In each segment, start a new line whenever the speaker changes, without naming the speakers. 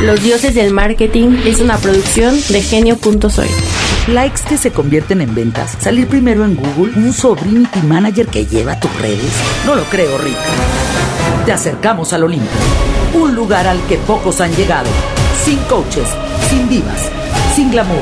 Los dioses del marketing es una producción de genio.soy.
Likes que se convierten en ventas. Salir primero en Google. Un sobrinity manager que lleva tus redes. No lo creo, Rick. Te acercamos al Olimpo. Un lugar al que pocos han llegado. Sin coaches, sin divas, sin glamour.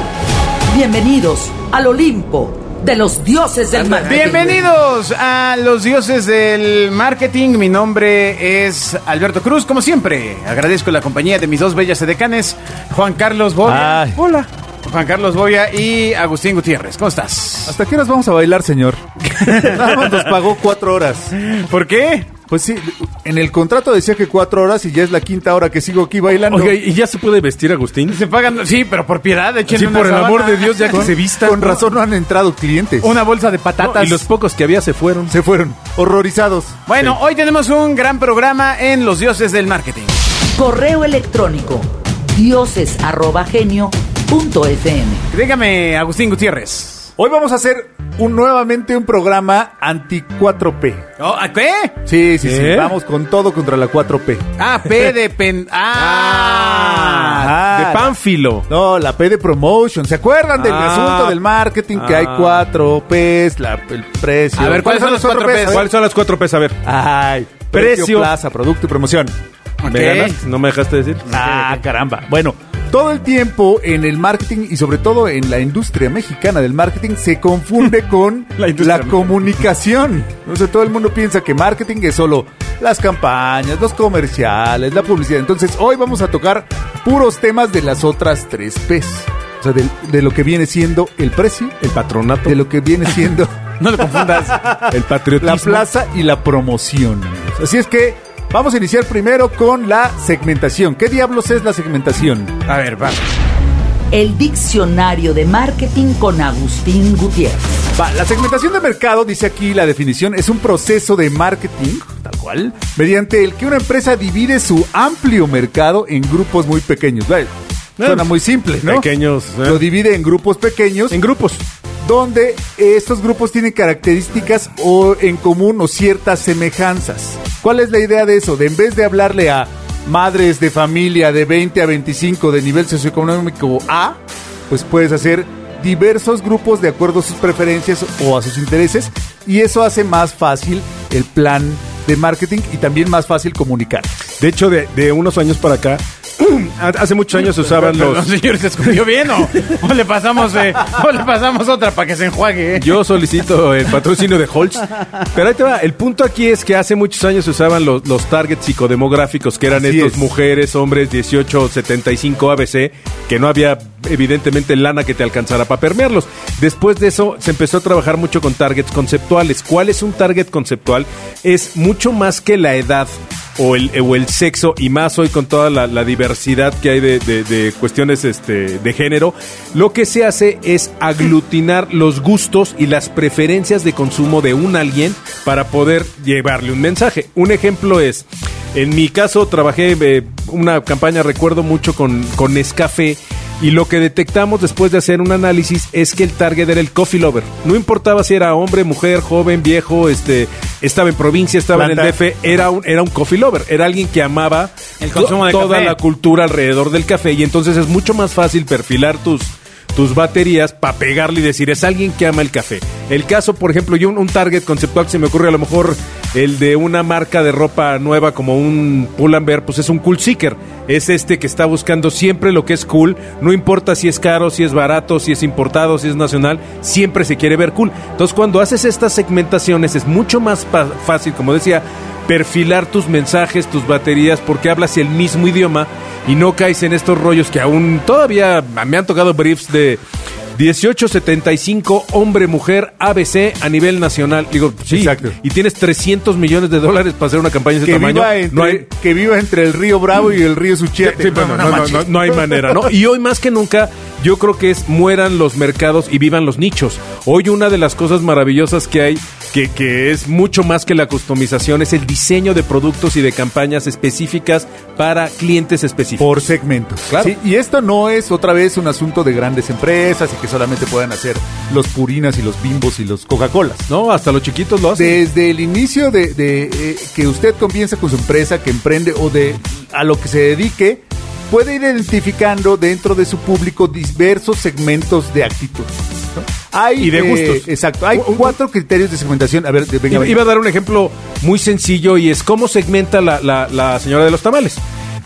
Bienvenidos al Olimpo de los dioses del marketing.
Bienvenidos a los dioses del marketing. Mi nombre es Alberto Cruz, como siempre. Agradezco la compañía de mis dos bellas edecanes, Juan Carlos Bobia.
Ay.
Hola. Juan Carlos Bobia y Agustín Gutiérrez. ¿Cómo estás?
¿Hasta qué horas vamos a bailar, señor? Nada más nos pagó cuatro horas.
¿Por qué?
Pues sí, en el contrato decía que cuatro horas y ya es la quinta hora que sigo aquí bailando.
Oiga, ¿y ya se puede vestir Agustín?
Se pagan, sí, pero por piedad, échenle
Sí,
una
por el
sábana.
amor de Dios, ya que se vistan.
Con razón no han entrado clientes.
Una bolsa de
No,
patatas.
y los pocos que había se fueron.
Se fueron horrorizados.
Bueno, hoy tenemos un gran programa en Los Dioses del Marketing.
Correo electrónico. dioses.genio.fm.
Dígame, Agustín Gutiérrez.
Hoy vamos a hacer un, nuevamente un programa anti 4P.
Oh, ¿a ¿Qué?
Sí, sí,
¿Eh?
sí. Vamos con todo contra la 4P.
Ah, P de pen... Ah,
Ah,
de Pánfilo.
No, la P de promotion. ¿Se acuerdan del
Ah.
asunto del marketing? Que hay
Ah.
cuatro P's, la- el precio.
A ver, ¿cuáles son las cuatro
A ver.
P's?
¿Cuáles son las cuatro P's? A ver.
Ay,
Precio.
precio, plaza, producto y promoción.
Ok.
¿Me ganas? ¿No me dejaste decir?
Ah, caramba. Bueno, todo el tiempo en el marketing y sobre todo en la industria mexicana del marketing se confunde con
La
la,
industria mexicana.
comunicación. O sea, todo el mundo piensa que marketing es solo las campañas, los comerciales, la publicidad. Entonces, hoy vamos a tocar puros temas de las otras tres P's. O sea, del- de, lo que viene siendo el precio,
El patronato.
de lo que viene siendo
No lo confundas.
El patriotismo.
la plaza y la promoción. amigos. Así es que vamos a iniciar primero con la segmentación. ¿Qué diablos es la segmentación?
A ver, va.
El diccionario de marketing con Agustín Gutiérrez.
Va, la segmentación de mercado, dice aquí la definición, es un proceso de marketing, tal cual, mediante el que una empresa divide su amplio mercado en grupos muy pequeños. Vale, Suena muy simple, ¿no?
Eh, Pequeños. eh.
Lo divide en grupos pequeños,
En grupos.
donde estos grupos tienen características o en común o ciertas semejanzas. ¿Cuál es la idea de eso? De en vez de hablarle a madres de familia de 20 a 25 de nivel socioeconómico A, pues puedes hacer diversos grupos de acuerdo a sus preferencias o a sus intereses y eso hace más fácil el plan de marketing y también más fácil comunicar.
De hecho, de, de unos años para acá, hace muchos años se usaban
Perdón,
los...
señor, ¿se escupió bien o, o le pasamos, eh, o le pasamos otra para que se enjuague? eh?
Yo solicito el patrocinio de Holtz. Pero ahí te va. El punto aquí es que hace muchos años se usaban los, los targets psicodemográficos, que eran
Así
estos
es.
mujeres, hombres, 18, 75 ABC, que no había evidentemente lana que te alcanzara para permearlos. Después de eso se empezó a trabajar mucho con targets conceptuales. ¿Cuál es un target conceptual? Es mucho más que la edad. O el, o el sexo, y más hoy con toda la, la diversidad que hay de, de- de cuestiones este, de género, lo que se hace es aglutinar los gustos y las preferencias de consumo de un alguien para poder llevarle un mensaje. Un ejemplo es, en mi caso trabajé eh, una campaña, recuerdo mucho, con, con Nescafé. Y lo que detectamos después de hacer un análisis es que el target era el coffee lover. No importaba si era hombre, mujer, joven, viejo, este, estaba en provincia, estaba en el
Planta.
DF, era un, era un coffee lover, era alguien que amaba
El consumo de
toda
café.
la cultura alrededor del café y entonces es mucho más fácil perfilar tus tus baterías para pegarle y decir es alguien que ama el café. El caso, por ejemplo, yo un, un target conceptual que se me ocurre a lo mejor el de una marca de ropa nueva como un Pull&Bear, pues es un cool seeker. Es este que está buscando siempre lo que es cool, no importa si es caro, si es barato, si es importado, si es nacional, siempre se quiere ver cool. Entonces, cuando haces estas segmentaciones es mucho más pa- fácil, como decía, perfilar tus mensajes, tus baterías, porque hablas el mismo idioma y no caes en estos rollos que aún todavía me han tocado briefs de 1875 hombre mujer ABC a nivel nacional. Digo, sí,
Exacto.
y tienes 300 millones de dólares para hacer una campaña de ese
Que
tamaño.
viva, entre,
no hay
que viva entre el río Bravo y el río Suchiate.
Sí, bueno, no, no, no, no hay manera, ¿no? Y hoy más que nunca, yo creo que es mueran los mercados y vivan los nichos. Hoy una de las cosas maravillosas que hay, que, que es mucho más que la customización, es el diseño de productos y de campañas específicas para clientes específicos.
Por segmentos.
Claro.
Sí, y esto no es otra vez un asunto de grandes empresas y que solamente puedan hacer los purinas y los bimbos y los Coca-Colas.
No, hasta los chiquitos lo hacen.
Desde el inicio de, de, eh, que usted comienza con su empresa, que emprende o de a lo que se dedique, puede ir identificando dentro de su público diversos segmentos de actitud. ¿no? Hay, eh,
Y de gustos.
Exacto. Hay
Un- un-
cuatro criterios de segmentación. A ver, de- venga,
Iba,
venga.
iba a dar un ejemplo muy sencillo y es cómo segmenta la, la- la señora de los tamales.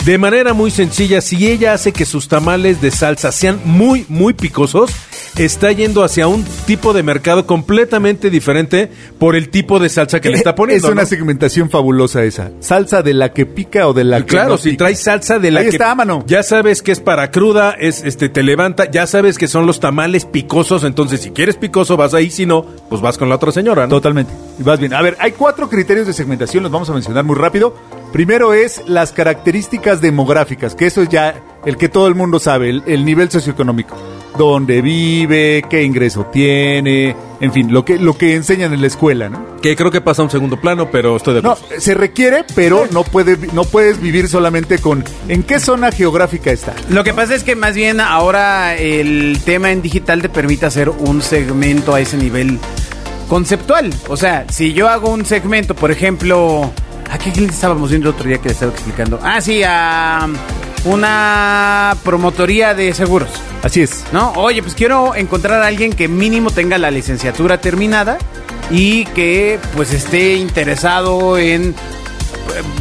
De manera muy sencilla, si ella hace que sus tamales de salsa sean muy, muy picosos, está yendo hacia un tipo de mercado completamente diferente por el tipo de salsa que le está poniendo.
Es una
¿no?
segmentación fabulosa esa. Salsa de la que pica o de la que
Claro,
no
si
pica.
traes salsa de la
Ahí
que
está, mano.
ya sabes que es para cruda, es este te levanta, ya sabes que son los tamales picosos, entonces si quieres picoso vas ahí, si no, pues vas con la otra señora, ¿no?
Totalmente. Y Vas bien. A ver, hay cuatro criterios de segmentación, los vamos a mencionar muy rápido. Primero es las características demográficas, que eso es ya el que todo el mundo sabe, el, el nivel socioeconómico. Dónde vive, qué ingreso tiene, en fin, lo que, lo que enseñan en la escuela, ¿no?
Que creo que pasa a un segundo plano, pero estoy de
No,
acuerdo.
se requiere, pero no, puede, no puedes vivir solamente con en qué zona geográfica está.
Lo que pasa es que más bien ahora el tema en digital te permite hacer un segmento a ese nivel conceptual. O sea, si yo hago un segmento, por ejemplo, ¿a qué le estábamos viendo el otro día que le estaba explicando? Ah, sí, a una promotoría de seguros.
Así es.
¿No? Oye, pues quiero encontrar a alguien que mínimo tenga la licenciatura terminada y que pues esté interesado en eh,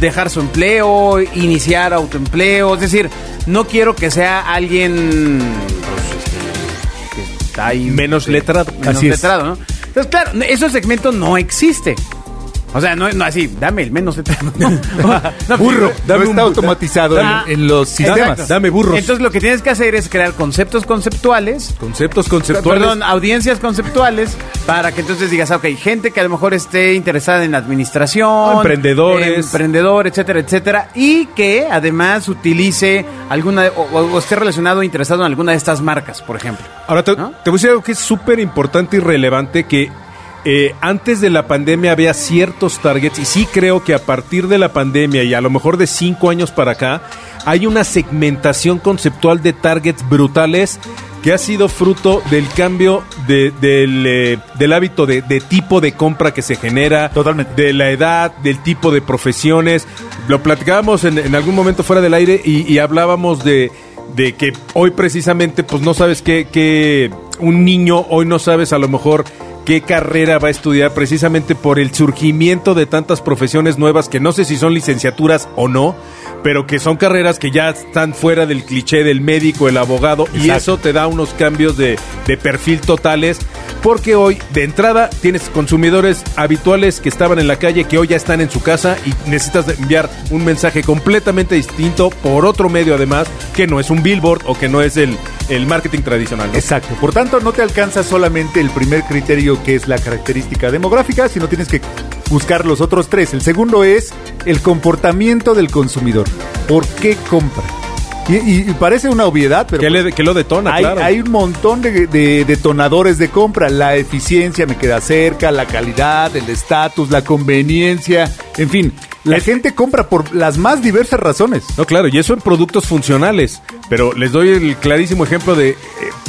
dejar su empleo, iniciar autoempleo, es decir, no quiero que sea alguien pues, este, que está ahí
Menos
este,
letrado.
menos
Así es.
letrado, ¿no? Entonces, claro, no- ese segmento no existe. O sea, no, no así, dame el menos letrado. No, no,
Burro,
pues,
no
dame un
está
bu-
automatizado en,
Ah,
en los
Dame-
sistemas.
exacto.
dame burros.
Entonces lo que tienes que hacer es crear conceptos conceptuales
Conceptos conceptuales.
Perdón, audiencias conceptuales para que entonces digas, ah, ok, gente que a lo mejor esté interesada en administración, eh,
emprendedores.
emprendedor, etcétera, etcétera, y que además utilice alguna de- o, o- o esté relacionado o interesado en alguna de estas marcas, por ejemplo.
Ahora te,
¿No?
te voy a decir algo que es súper importante y relevante que eh, antes de la pandemia había ciertos targets y sí creo que a partir de la pandemia y a lo mejor de cinco años para acá hay una segmentación conceptual de targets brutales que ha sido fruto del cambio de- del, eh, del hábito de, de tipo de compra que se genera,
Totalmente.
de la edad, del tipo de profesiones. Lo platicábamos en, en algún momento fuera del aire y, y hablábamos de, de que hoy precisamente pues no sabes qué, qué- un niño hoy no sabes a lo mejor qué carrera va a estudiar precisamente por el surgimiento de tantas profesiones nuevas que no sé si son licenciaturas o no, pero que son carreras que ya están fuera del cliché del médico, el abogado y
Exacto.
eso te da unos cambios de, de perfil totales. Porque hoy, de entrada, tienes consumidores habituales que estaban en la calle, que hoy ya están en su casa y necesitas enviar un mensaje completamente distinto por otro medio, además, que no es un billboard o que no es el, el marketing tradicional. ¿no?
Exacto. Por tanto, no te alcanza solamente el primer criterio que es la característica demográfica, sino tienes que buscar los otros tres. El segundo es el comportamiento del consumidor. ¿Por qué compra? Y, y- y parece una obviedad, pero... pues,
que, le- que lo detona,
hay,
claro.
hay un montón de, de detonadores de compra. La eficiencia me queda cerca, la calidad, el estatus, la conveniencia. En fin, la
Es-
gente compra por las más diversas razones.
No, claro, y eso en productos funcionales. Pero les doy el clarísimo ejemplo de, eh,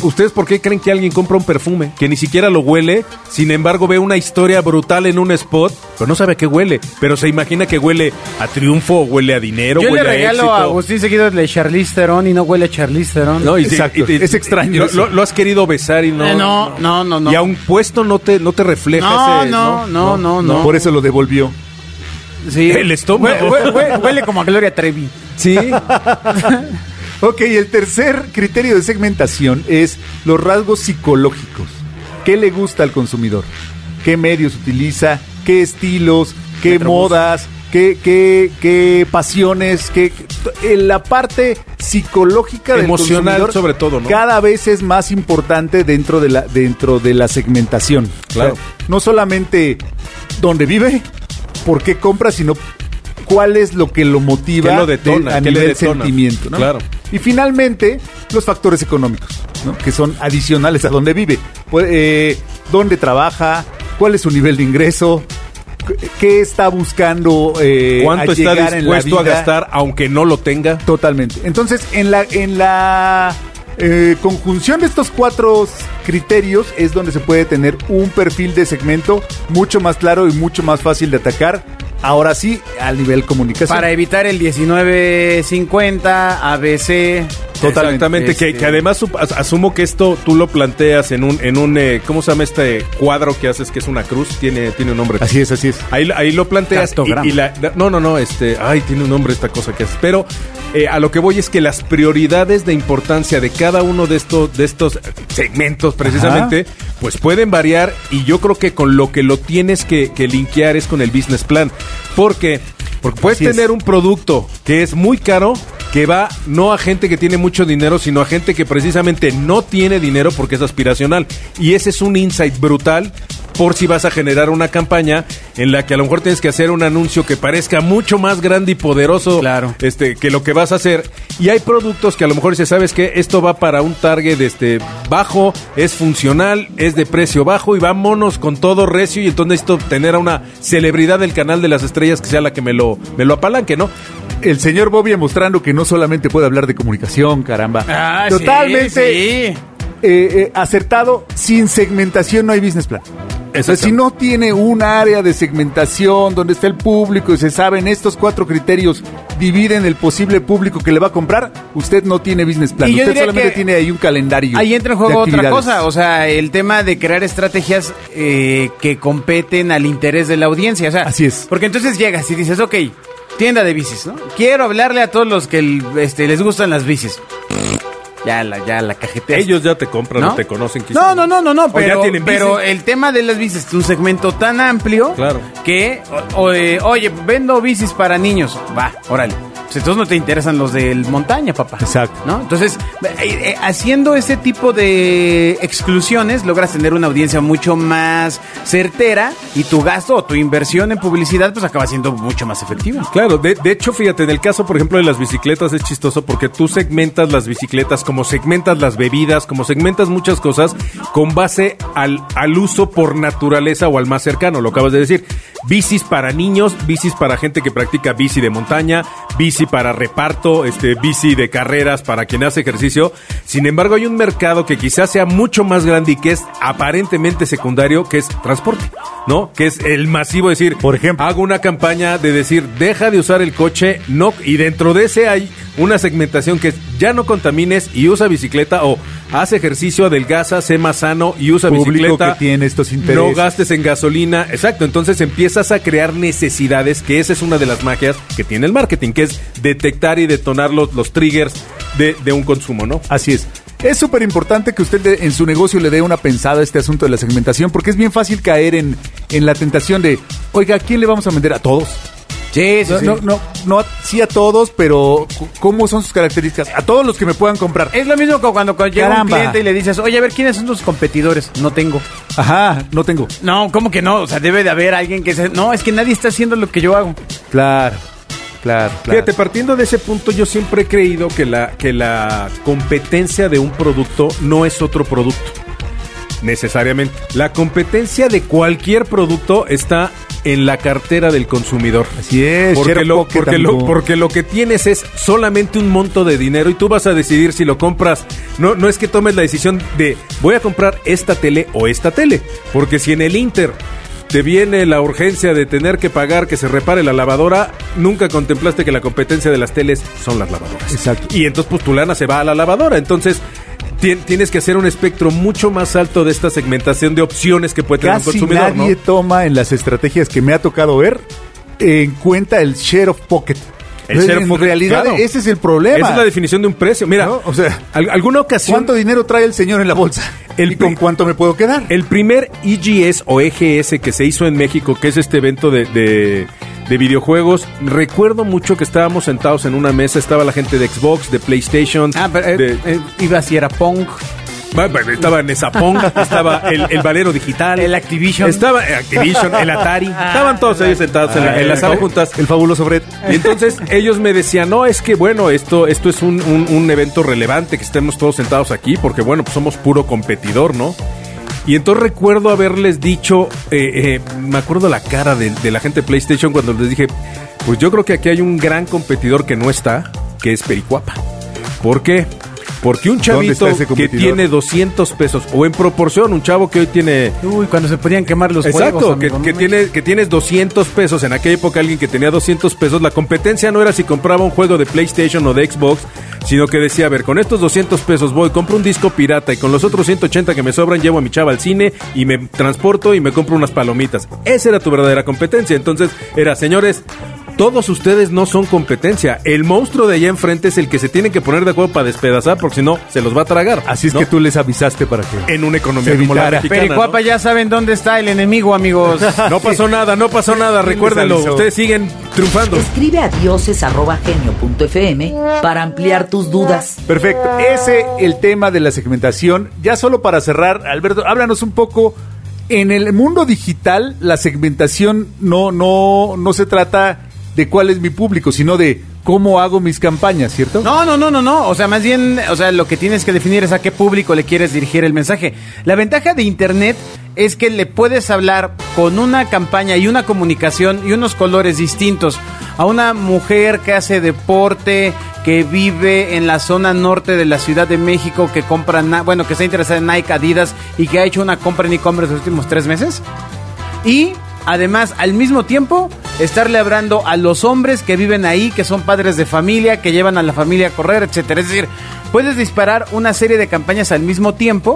¿ustedes por qué creen que alguien compra un perfume que ni siquiera lo huele? Sin embargo, ve una historia brutal en un spot, pero no sabe a qué huele. Pero se imagina que huele a triunfo, o huele a dinero,
Yo le
huele
regalo a
a éxito.
Agustín seguido de Charlize Theron y no huele a Charlize Theron.
No, y te-
Exacto,
y te-
es extraño
Lo,
eso.
lo- lo has querido besar y no.
Eh, no, no, no, no.
Y a un puesto no te, no te refleja
No,
ese.
no, no, no, no.
Por eso lo devolvió.
Sí.
El estómago.
Hue- hue- hue- huele como a Gloria Trevi.
Sí.
Eh,
Ok, el tercer criterio de segmentación es los rasgos psicológicos. ¿Qué le gusta al consumidor? ¿Qué medios utiliza? ¿Qué estilos? ¿Qué modas? ¿Qué, qué, qué pasiones? ¿Qué, qué- en la parte psicológica del
Emocional,
consumidor
sobre todo, ¿no?
cada vez es más importante dentro de la, dentro de la segmentación.
Claro.
no solamente dónde vive, por qué compra, sino cuál es lo que lo motiva
¿Qué lo detona?
de- a
¿Qué le
nivel
detona?
sentimiento. ¿no?
Claro.
Y finalmente, los factores económicos, ¿no? que son adicionales a dónde vive. Pues, eh, ¿Dónde trabaja? ¿Cuál es su nivel de ingreso? ¿Qué está buscando? eh,
¿Cuánto
a
está
llegar en la
dispuesto a
vida?
gastar aunque no lo tenga?
Totalmente. Entonces, en la, en la eh, conjunción de estos cuatro criterios es donde se puede tener un perfil de segmento mucho más claro y mucho más fácil de atacar ahora sí al nivel comunicación.
Para evitar el 1950, ABC.
Totalmente, que,
Este,
que además sup- as- asumo que esto tú lo planteas en un, en un eh, ¿cómo se llama este cuadro que haces que es una cruz? Tiene, tiene un nombre.
Así es, así es.
Ahí, ahí lo planteas
Cartograma.
y, y la- no, no, no, este, ay, tiene un nombre esta cosa que haces. Pero eh, a lo que voy es que las prioridades de importancia de cada uno de estos, de estos segmentos precisamente, pues pueden variar y yo creo que con lo que lo tienes que, que linkear es con el business plan. Porque, porque puedes
Así es.
tener un producto que es muy caro, que va no a gente que tiene mucho dinero, sino a gente que precisamente no tiene dinero porque es aspiracional. Y ese es un insight brutal por si vas a generar una campaña en la que a lo mejor tienes que hacer un anuncio que parezca mucho más grande y poderoso
Claro.
este, que lo que vas a hacer. Y hay productos que a lo mejor dices, sabes que esto va para un target este, bajo, es funcional, es de precio bajo y vámonos con todo recio y entonces necesito tener a una celebridad del canal de las estrellas que sea la que me lo, me lo apalanque, ¿no?
El señor Bobby mostrando que no solamente puede hablar de comunicación, caramba.
Ah, sí,
Totalmente
sí.
eh, eh, acertado. Sin segmentación no hay business plan. O sea,
Exactamente.
si no tiene un área de segmentación donde está el público y se saben estos cuatro criterios dividen el posible público que le va a comprar, usted no tiene business plan.
Y yo
Usted
diría
solamente
que
tiene ahí un calendario.
Ahí entra en
de
juego otra
actividades.
cosa, o sea, el tema de crear estrategias eh, que competen al interés de la audiencia. O sea,
Así es.
Porque entonces llegas y dices, ok, tienda de bicis, ¿no? Quiero hablarle a todos los que el- este, les gustan las bicis. Ya la, ya la cajetea.
Ellos ya te compran,
¿No?
te conocen. quizás.
No, no, no, no, no,
O ya
pero,
tienen bici.
pero el tema de las bicis es un segmento tan amplio
Claro.
que, o- o, eh, oye, vendo bicis para niños, va, órale. Pues entonces no te interesan los del montaña, papá.
Exacto.
¿No? Entonces, eh, eh, haciendo ese tipo de exclusiones, logras tener una audiencia mucho más certera y tu gasto o tu inversión en publicidad, pues acaba siendo mucho más efectiva.
Pues Claro, de, de hecho, fíjate, en el caso, por ejemplo, de las bicicletas es chistoso porque tú segmentas las bicicletas, como segmentas las bebidas, como segmentas muchas cosas con base al, al uso por naturaleza o al más cercano, lo acabas de decir. Bicis para niños, bicis para gente que practica bici de montaña, bici para reparto, este, bici de carreras para quien hace ejercicio. Sin embargo, hay un mercado que quizás sea mucho más grande y que es aparentemente secundario, que es transporte, ¿no? Que es el masivo decir,
Por ejemplo.
hago una campaña de decir, deja de usar el coche, no, y dentro de ese hay una segmentación que es, ya no contamines y usa bicicleta o haz ejercicio, adelgaza, sé más sano y usa
Público
bicicleta.
que tiene estos intereses.
No gastes en gasolina. Exacto, entonces empiezas a crear necesidades, que esa es una de las magias que tiene el marketing, que es detectar y detonar los, los triggers de, de un consumo, ¿no?
Así es. Es súper importante que usted de- en su negocio le dé una pensada a este asunto de la segmentación, porque es bien fácil caer en, en la tentación de, oiga, ¿a quién le vamos a vender? ¿A todos?
Sí,
No, no, no, no a- sí a todos, pero c- ¿cómo son sus características? A todos los que me puedan comprar.
Es lo mismo que cuando llega un
Caramba.
cliente y le dices, oye, a ver, ¿quiénes son tus competidores? No tengo.
Ajá, no tengo.
No, ¿cómo que no? O sea, debe de haber alguien que se... No, es que nadie está haciendo lo que yo hago.
Claro, claro, claro.
Fíjate, partiendo de ese punto, yo siempre he creído que la, que la competencia de un producto no es otro producto. Necesariamente. La competencia de cualquier producto está en la cartera del consumidor.
Así es,
Porque
share
lo,
pocket
porque, lo,
amigo.
porque lo que tienes es solamente un monto de dinero y tú vas a decidir si lo compras. No, no es que tomes la decisión de voy a comprar esta tele o esta tele. Porque si en el Inter te viene la urgencia de tener que pagar que se repare la lavadora, nunca contemplaste que la competencia de las teles son las lavadoras.
Exacto.
Y entonces pues tu lana se va a la lavadora. Entonces... tien- Tienes que hacer un espectro mucho más alto de esta segmentación de opciones que puede tener un
Casi
consumidor. ¿no?
nadie toma en las estrategias que me ha tocado ver en cuenta el share of pocket.
El share of
en
pocket,
realidad
claro.
ese es el problema.
Esa es la definición de un precio. Mira,
¿No? O sea,
al- alguna ocasión.
¿Cuánto dinero trae el señor en la bolsa?
El
¿Y con
pri-
cuánto me puedo quedar?
El primer EGS o EGS que se hizo en México, que es este evento de, de- de videojuegos, recuerdo mucho que estábamos sentados en una mesa, estaba la gente de Xbox, de PlayStation,
Ah, pero eh,
de-
eh, iba si era Pong.
Ba- ba- Estaba Nezapong, estaba el, el Valero Digital.
El Activision. Ah,
Estaba el Activision, el Atari. Estaban todos ellos sentados en la, en la sala juntas.
El fabuloso Fred.
Y entonces ellos me decían, no, es que bueno, esto, esto es un, un- un evento relevante, que estemos todos sentados aquí, porque bueno, pues somos puro competidor, ¿no? Y entonces recuerdo haberles dicho, eh, eh, me acuerdo la cara de, de la gente de PlayStation cuando les dije, pues yo creo que aquí hay un gran competidor que no está, que es Pericuapa. ¿Por qué? Porque un
¿Dónde
chavito
está ese
que
competidor?
tiene 200 pesos, o en proporción, un chavo que hoy tiene
Uy, cuando se podían quemar los
Exacto,
juegos,
que,
amigo, no
que
me-
tiene, que tienes 200 pesos. En aquella época alguien que tenía 200 pesos, la competencia no era si compraba un juego de PlayStation o de Xbox, sino que decía, a ver, con estos 200 pesos voy, compro un disco pirata y con los otros 180 que me sobran llevo a mi chava al cine y me transporto y me compro unas palomitas. Esa era tu verdadera competencia. Entonces era, señores... Todos ustedes no son competencia. El monstruo de allá enfrente es el que se tiene que poner de acuerdo para despedazar, porque si no, se los va a tragar.
Así es
¿no?
que tú les avisaste para que.
En una economía
Se
como la
evitara.
mexicana, ¿no?
Pericuapa ya saben dónde está el enemigo, amigos.
No pasó nada, no pasó nada, recuérdenlo.
avisó?
Ustedes siguen triunfando.
Escribe a dioses.genio.fm para ampliar tus dudas.
Perfecto. Ese el tema de la segmentación. Ya solo para cerrar, Alberto, háblanos un poco. En el mundo digital, la segmentación no, no, no se trata de cuál es mi público, sino de cómo hago mis campañas, ¿cierto?
No, no, no, no, no. O sea, más bien, o sea, lo que tienes que definir es a qué público le quieres dirigir el mensaje. La ventaja de internet es que le puedes hablar con una campaña y una comunicación y unos colores distintos a una mujer que hace deporte, que vive en la zona norte de la Ciudad de México, que compra, na- bueno, que está interesada en Nike, Adidas y que ha hecho una compra en e-commerce los últimos tres meses. Y además, al mismo tiempo, estarle hablando a los hombres que viven ahí, que son padres de familia, que llevan a la familia a correr, etcétera. Es decir, puedes disparar una serie de campañas al mismo tiempo,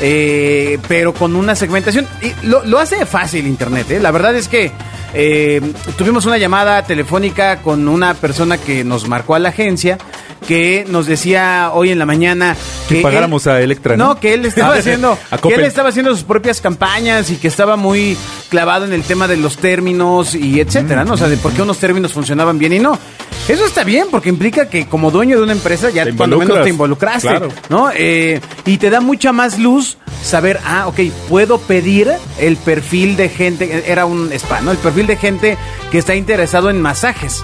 eh, pero con una segmentación. Y lo, lo hace fácil Internet, ¿eh? La verdad es que. eh, tuvimos una llamada telefónica con una persona que nos marcó a la agencia que nos decía hoy en la mañana
Que
él-
pagáramos a Electra, ¿no?
no que él estaba haciendo
A
que él
Coppel.
estaba haciendo sus propias campañas y que estaba muy clavado en el tema de los términos y etcétera, ¿no? O sea, de por qué unos términos funcionaban bien y no. Eso está bien porque implica que como dueño de una empresa ya
Te
cuando menos te
involucras,
involucraste,
claro.
¿no? Eh, y te da mucha más luz saber, ah, ok, puedo pedir el perfil de gente, era un spa, ¿no? El perfil de gente que está interesado en masajes,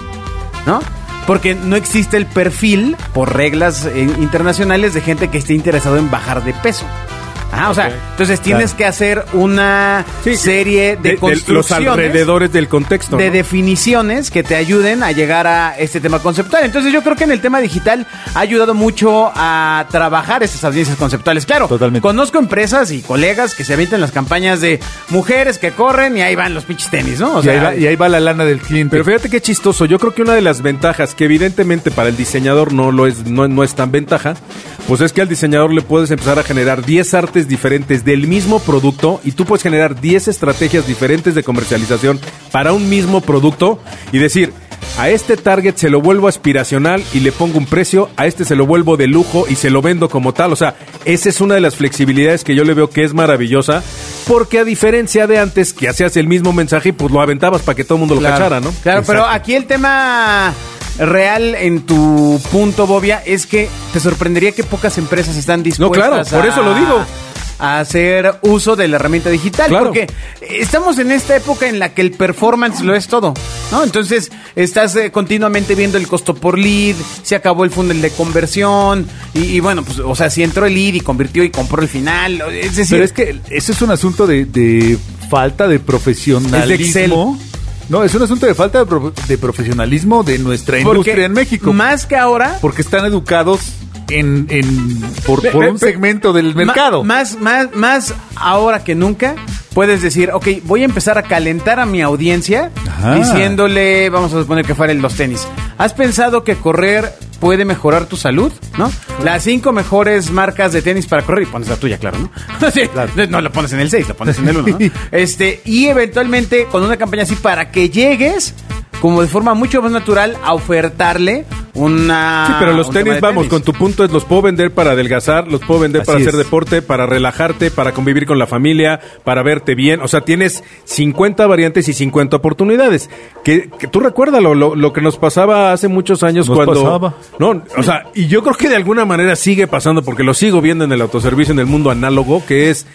¿no? Porque no existe el perfil, por reglas eh, internacionales, de gente que esté interesado en bajar de peso. Ah, o sea,
Ok.
entonces tienes
Claro.
que hacer una
Sí,
serie de,
los
construcciones
alrededores del contexto.
de
¿no?
definiciones que te ayuden a llegar a este tema conceptual. Entonces yo creo que en el tema digital ha ayudado mucho a trabajar estas audiencias conceptuales. Claro,
Totalmente.
conozco empresas y colegas que se avientan las campañas de mujeres que corren y ahí van los pinches tenis, ¿no? O
y, ahí va, y ahí va la lana del cliente.
Pero fíjate qué chistoso. Yo creo que una de las ventajas, que evidentemente para el diseñador no lo es, no, no es tan ventaja, pues es que al diseñador le puedes empezar a generar 10 artes diferentes del mismo producto y tú puedes generar 10 estrategias diferentes de comercialización para un mismo producto y decir. A este target se lo vuelvo aspiracional y le pongo un precio, a este se lo vuelvo de lujo y se lo vendo como tal. O sea, esa es una de las flexibilidades que yo le veo que es maravillosa, porque a diferencia de antes que hacías el mismo mensaje y pues lo aventabas para que todo el mundo lo
claro,
cachara, ¿no?
Claro, pero aquí el tema real en tu punto, Bobia, es que te sorprendería que pocas empresas están dispuestas
claro, por
a-
eso lo digo.
a hacer uso de la herramienta digital,
Claro.
porque estamos en esta época en la que el performance lo es todo, ¿no? Entonces, estás eh, continuamente viendo el costo por lead, se acabó el funnel de conversión, y, y bueno, pues, o sea, si entró el lead y convirtió y compró el final, es decir...
Pero es que ese es un asunto de, de falta de profesionalismo. no, es un asunto de falta de, pro- de profesionalismo de nuestra industria en México.
Más que ahora,
Porque están educados en, en- por,
Pe-
por
pe-
un
pe-
segmento del
Ma-
mercado.
Más, más, más ahora que nunca puedes decir, ok, voy a empezar a calentar a mi audiencia
Ajá.
diciéndole, vamos a suponer que fueran los tenis. ¿Has pensado que correr puede mejorar tu salud? ¿No? Las cinco mejores marcas de tenis para correr, y pones la tuya, claro, ¿no? Sí, No la pones en el 6, la pones en el 1, Este, y eventualmente con una campaña así para que llegues como de forma mucho más natural a ofertarle una
Sí, pero los
Ah, un tema
tenis,
de
vamos, con tu punto es los puedo vender para adelgazar, los puedo vender
Así
para hacer
es.
deporte, para relajarte, para convivir con la familia, para verte bien. O sea, tienes 50 variantes y 50 oportunidades. Que, que tú recuérdalo, lo, lo que nos pasaba hace muchos años
Nos
cuando...
pasaba.
No, o sea, y yo creo que de alguna manera sigue pasando porque lo sigo viendo en el autoservicio, en el mundo análogo, que es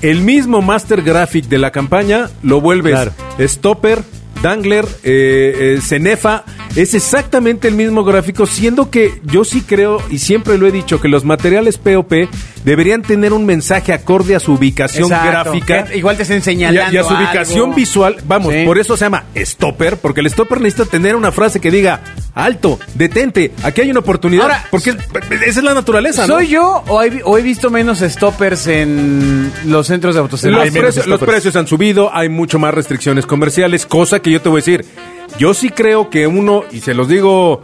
el mismo master graphic de la campaña, lo vuelves
Claro.
stopper, dangler, eh, eh, cenefa. Es exactamente el mismo gráfico, siendo que yo sí creo y siempre lo he dicho que los materiales POP deberían tener un mensaje acorde a su ubicación
Exacto.
gráfica.
Que Igual te estén
Y
señalando.
a, y a su ubicación
algo.
visual, vamos,
Sí.
por eso se llama stopper, porque el stopper necesita tener una frase que diga, alto, detente, aquí hay una oportunidad,
Ahora,
porque esa es la naturaleza, ¿no?
¿Soy yo o he, vi- o he visto menos stoppers en los centros de autoservicio?
Los, precios, los precios han subido, hay mucho más restricciones comerciales, cosa que yo te voy a decir. Yo sí creo que uno, y se los digo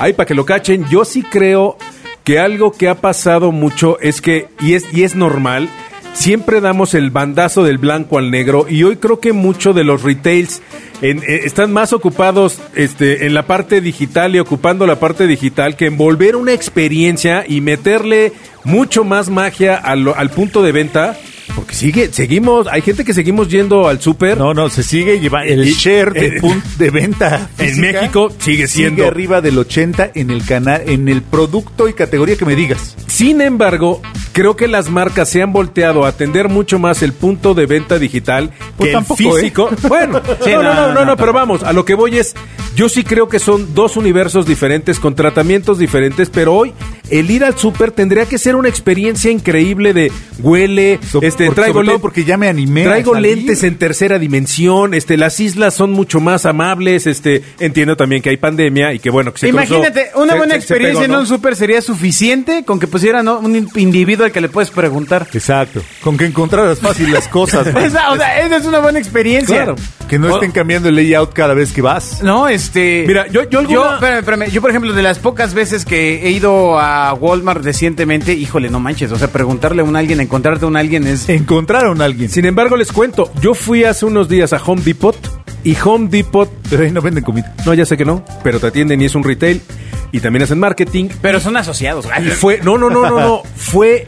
ahí para que lo cachen, yo sí creo que algo que ha pasado mucho es que, y es, y es normal, siempre damos el bandazo del blanco al negro, y hoy creo que mucho de los retails en- eh, están más ocupados este, en la parte digital y ocupando la parte digital que envolver una experiencia y meterle mucho más magia al, al punto de venta. Porque sigue, seguimos, hay gente que seguimos yendo al súper.
No, no, se sigue llevando. El
Y-
share de,
eh,
pun- de venta
en
física
México sigue siendo.
arriba del 80 en el canal, en el producto y categoría que me digas.
Sin embargo, creo que las marcas se han volteado a atender mucho más el punto de venta digital
Pues
que
tampoco,
el físico. Bueno,
Sí,
no, no, no, no, no,
no,
pero vamos, a lo que voy es, yo sí creo que son dos universos diferentes, con tratamientos diferentes, pero hoy el ir al súper tendría que ser una experiencia increíble de huele,
So-
este,
por-
traigo
sobre todo
len-
porque ya me animé a
Traigo
salir.
lentes en tercera dimensión, este, las islas son mucho más amables, este, entiendo también que hay pandemia y que bueno, que se cruzó-
Imagínate, una
se-
buena
se- se pegó,
experiencia
¿no?
en un súper sería suficiente con que pusieran ¿no? un individuo al que le puedes preguntar.
Exacto. Con que encontraras fácil las cosas. man.
Esa, o sea, esa es una buena experiencia.
Claro.
Que no estén cambiando el layout cada vez que vas.
No, este.
Mira, yo- yo alguna-
espérame, espérame. Yo, por ejemplo, de las pocas veces que he ido a Walmart recientemente, híjole, no manches. O sea, preguntarle a un alguien, encontrarte a un alguien es.
Encontraron a alguien.
Sin embargo, les cuento, yo fui hace unos días a Home Depot y Home Depot,
Pero ahí no venden comida.
no, ya sé que no, pero te atienden y es un retail y también hacen marketing.
Pero son asociados,
Y
güey.
fue, no, no, no, no, no, fue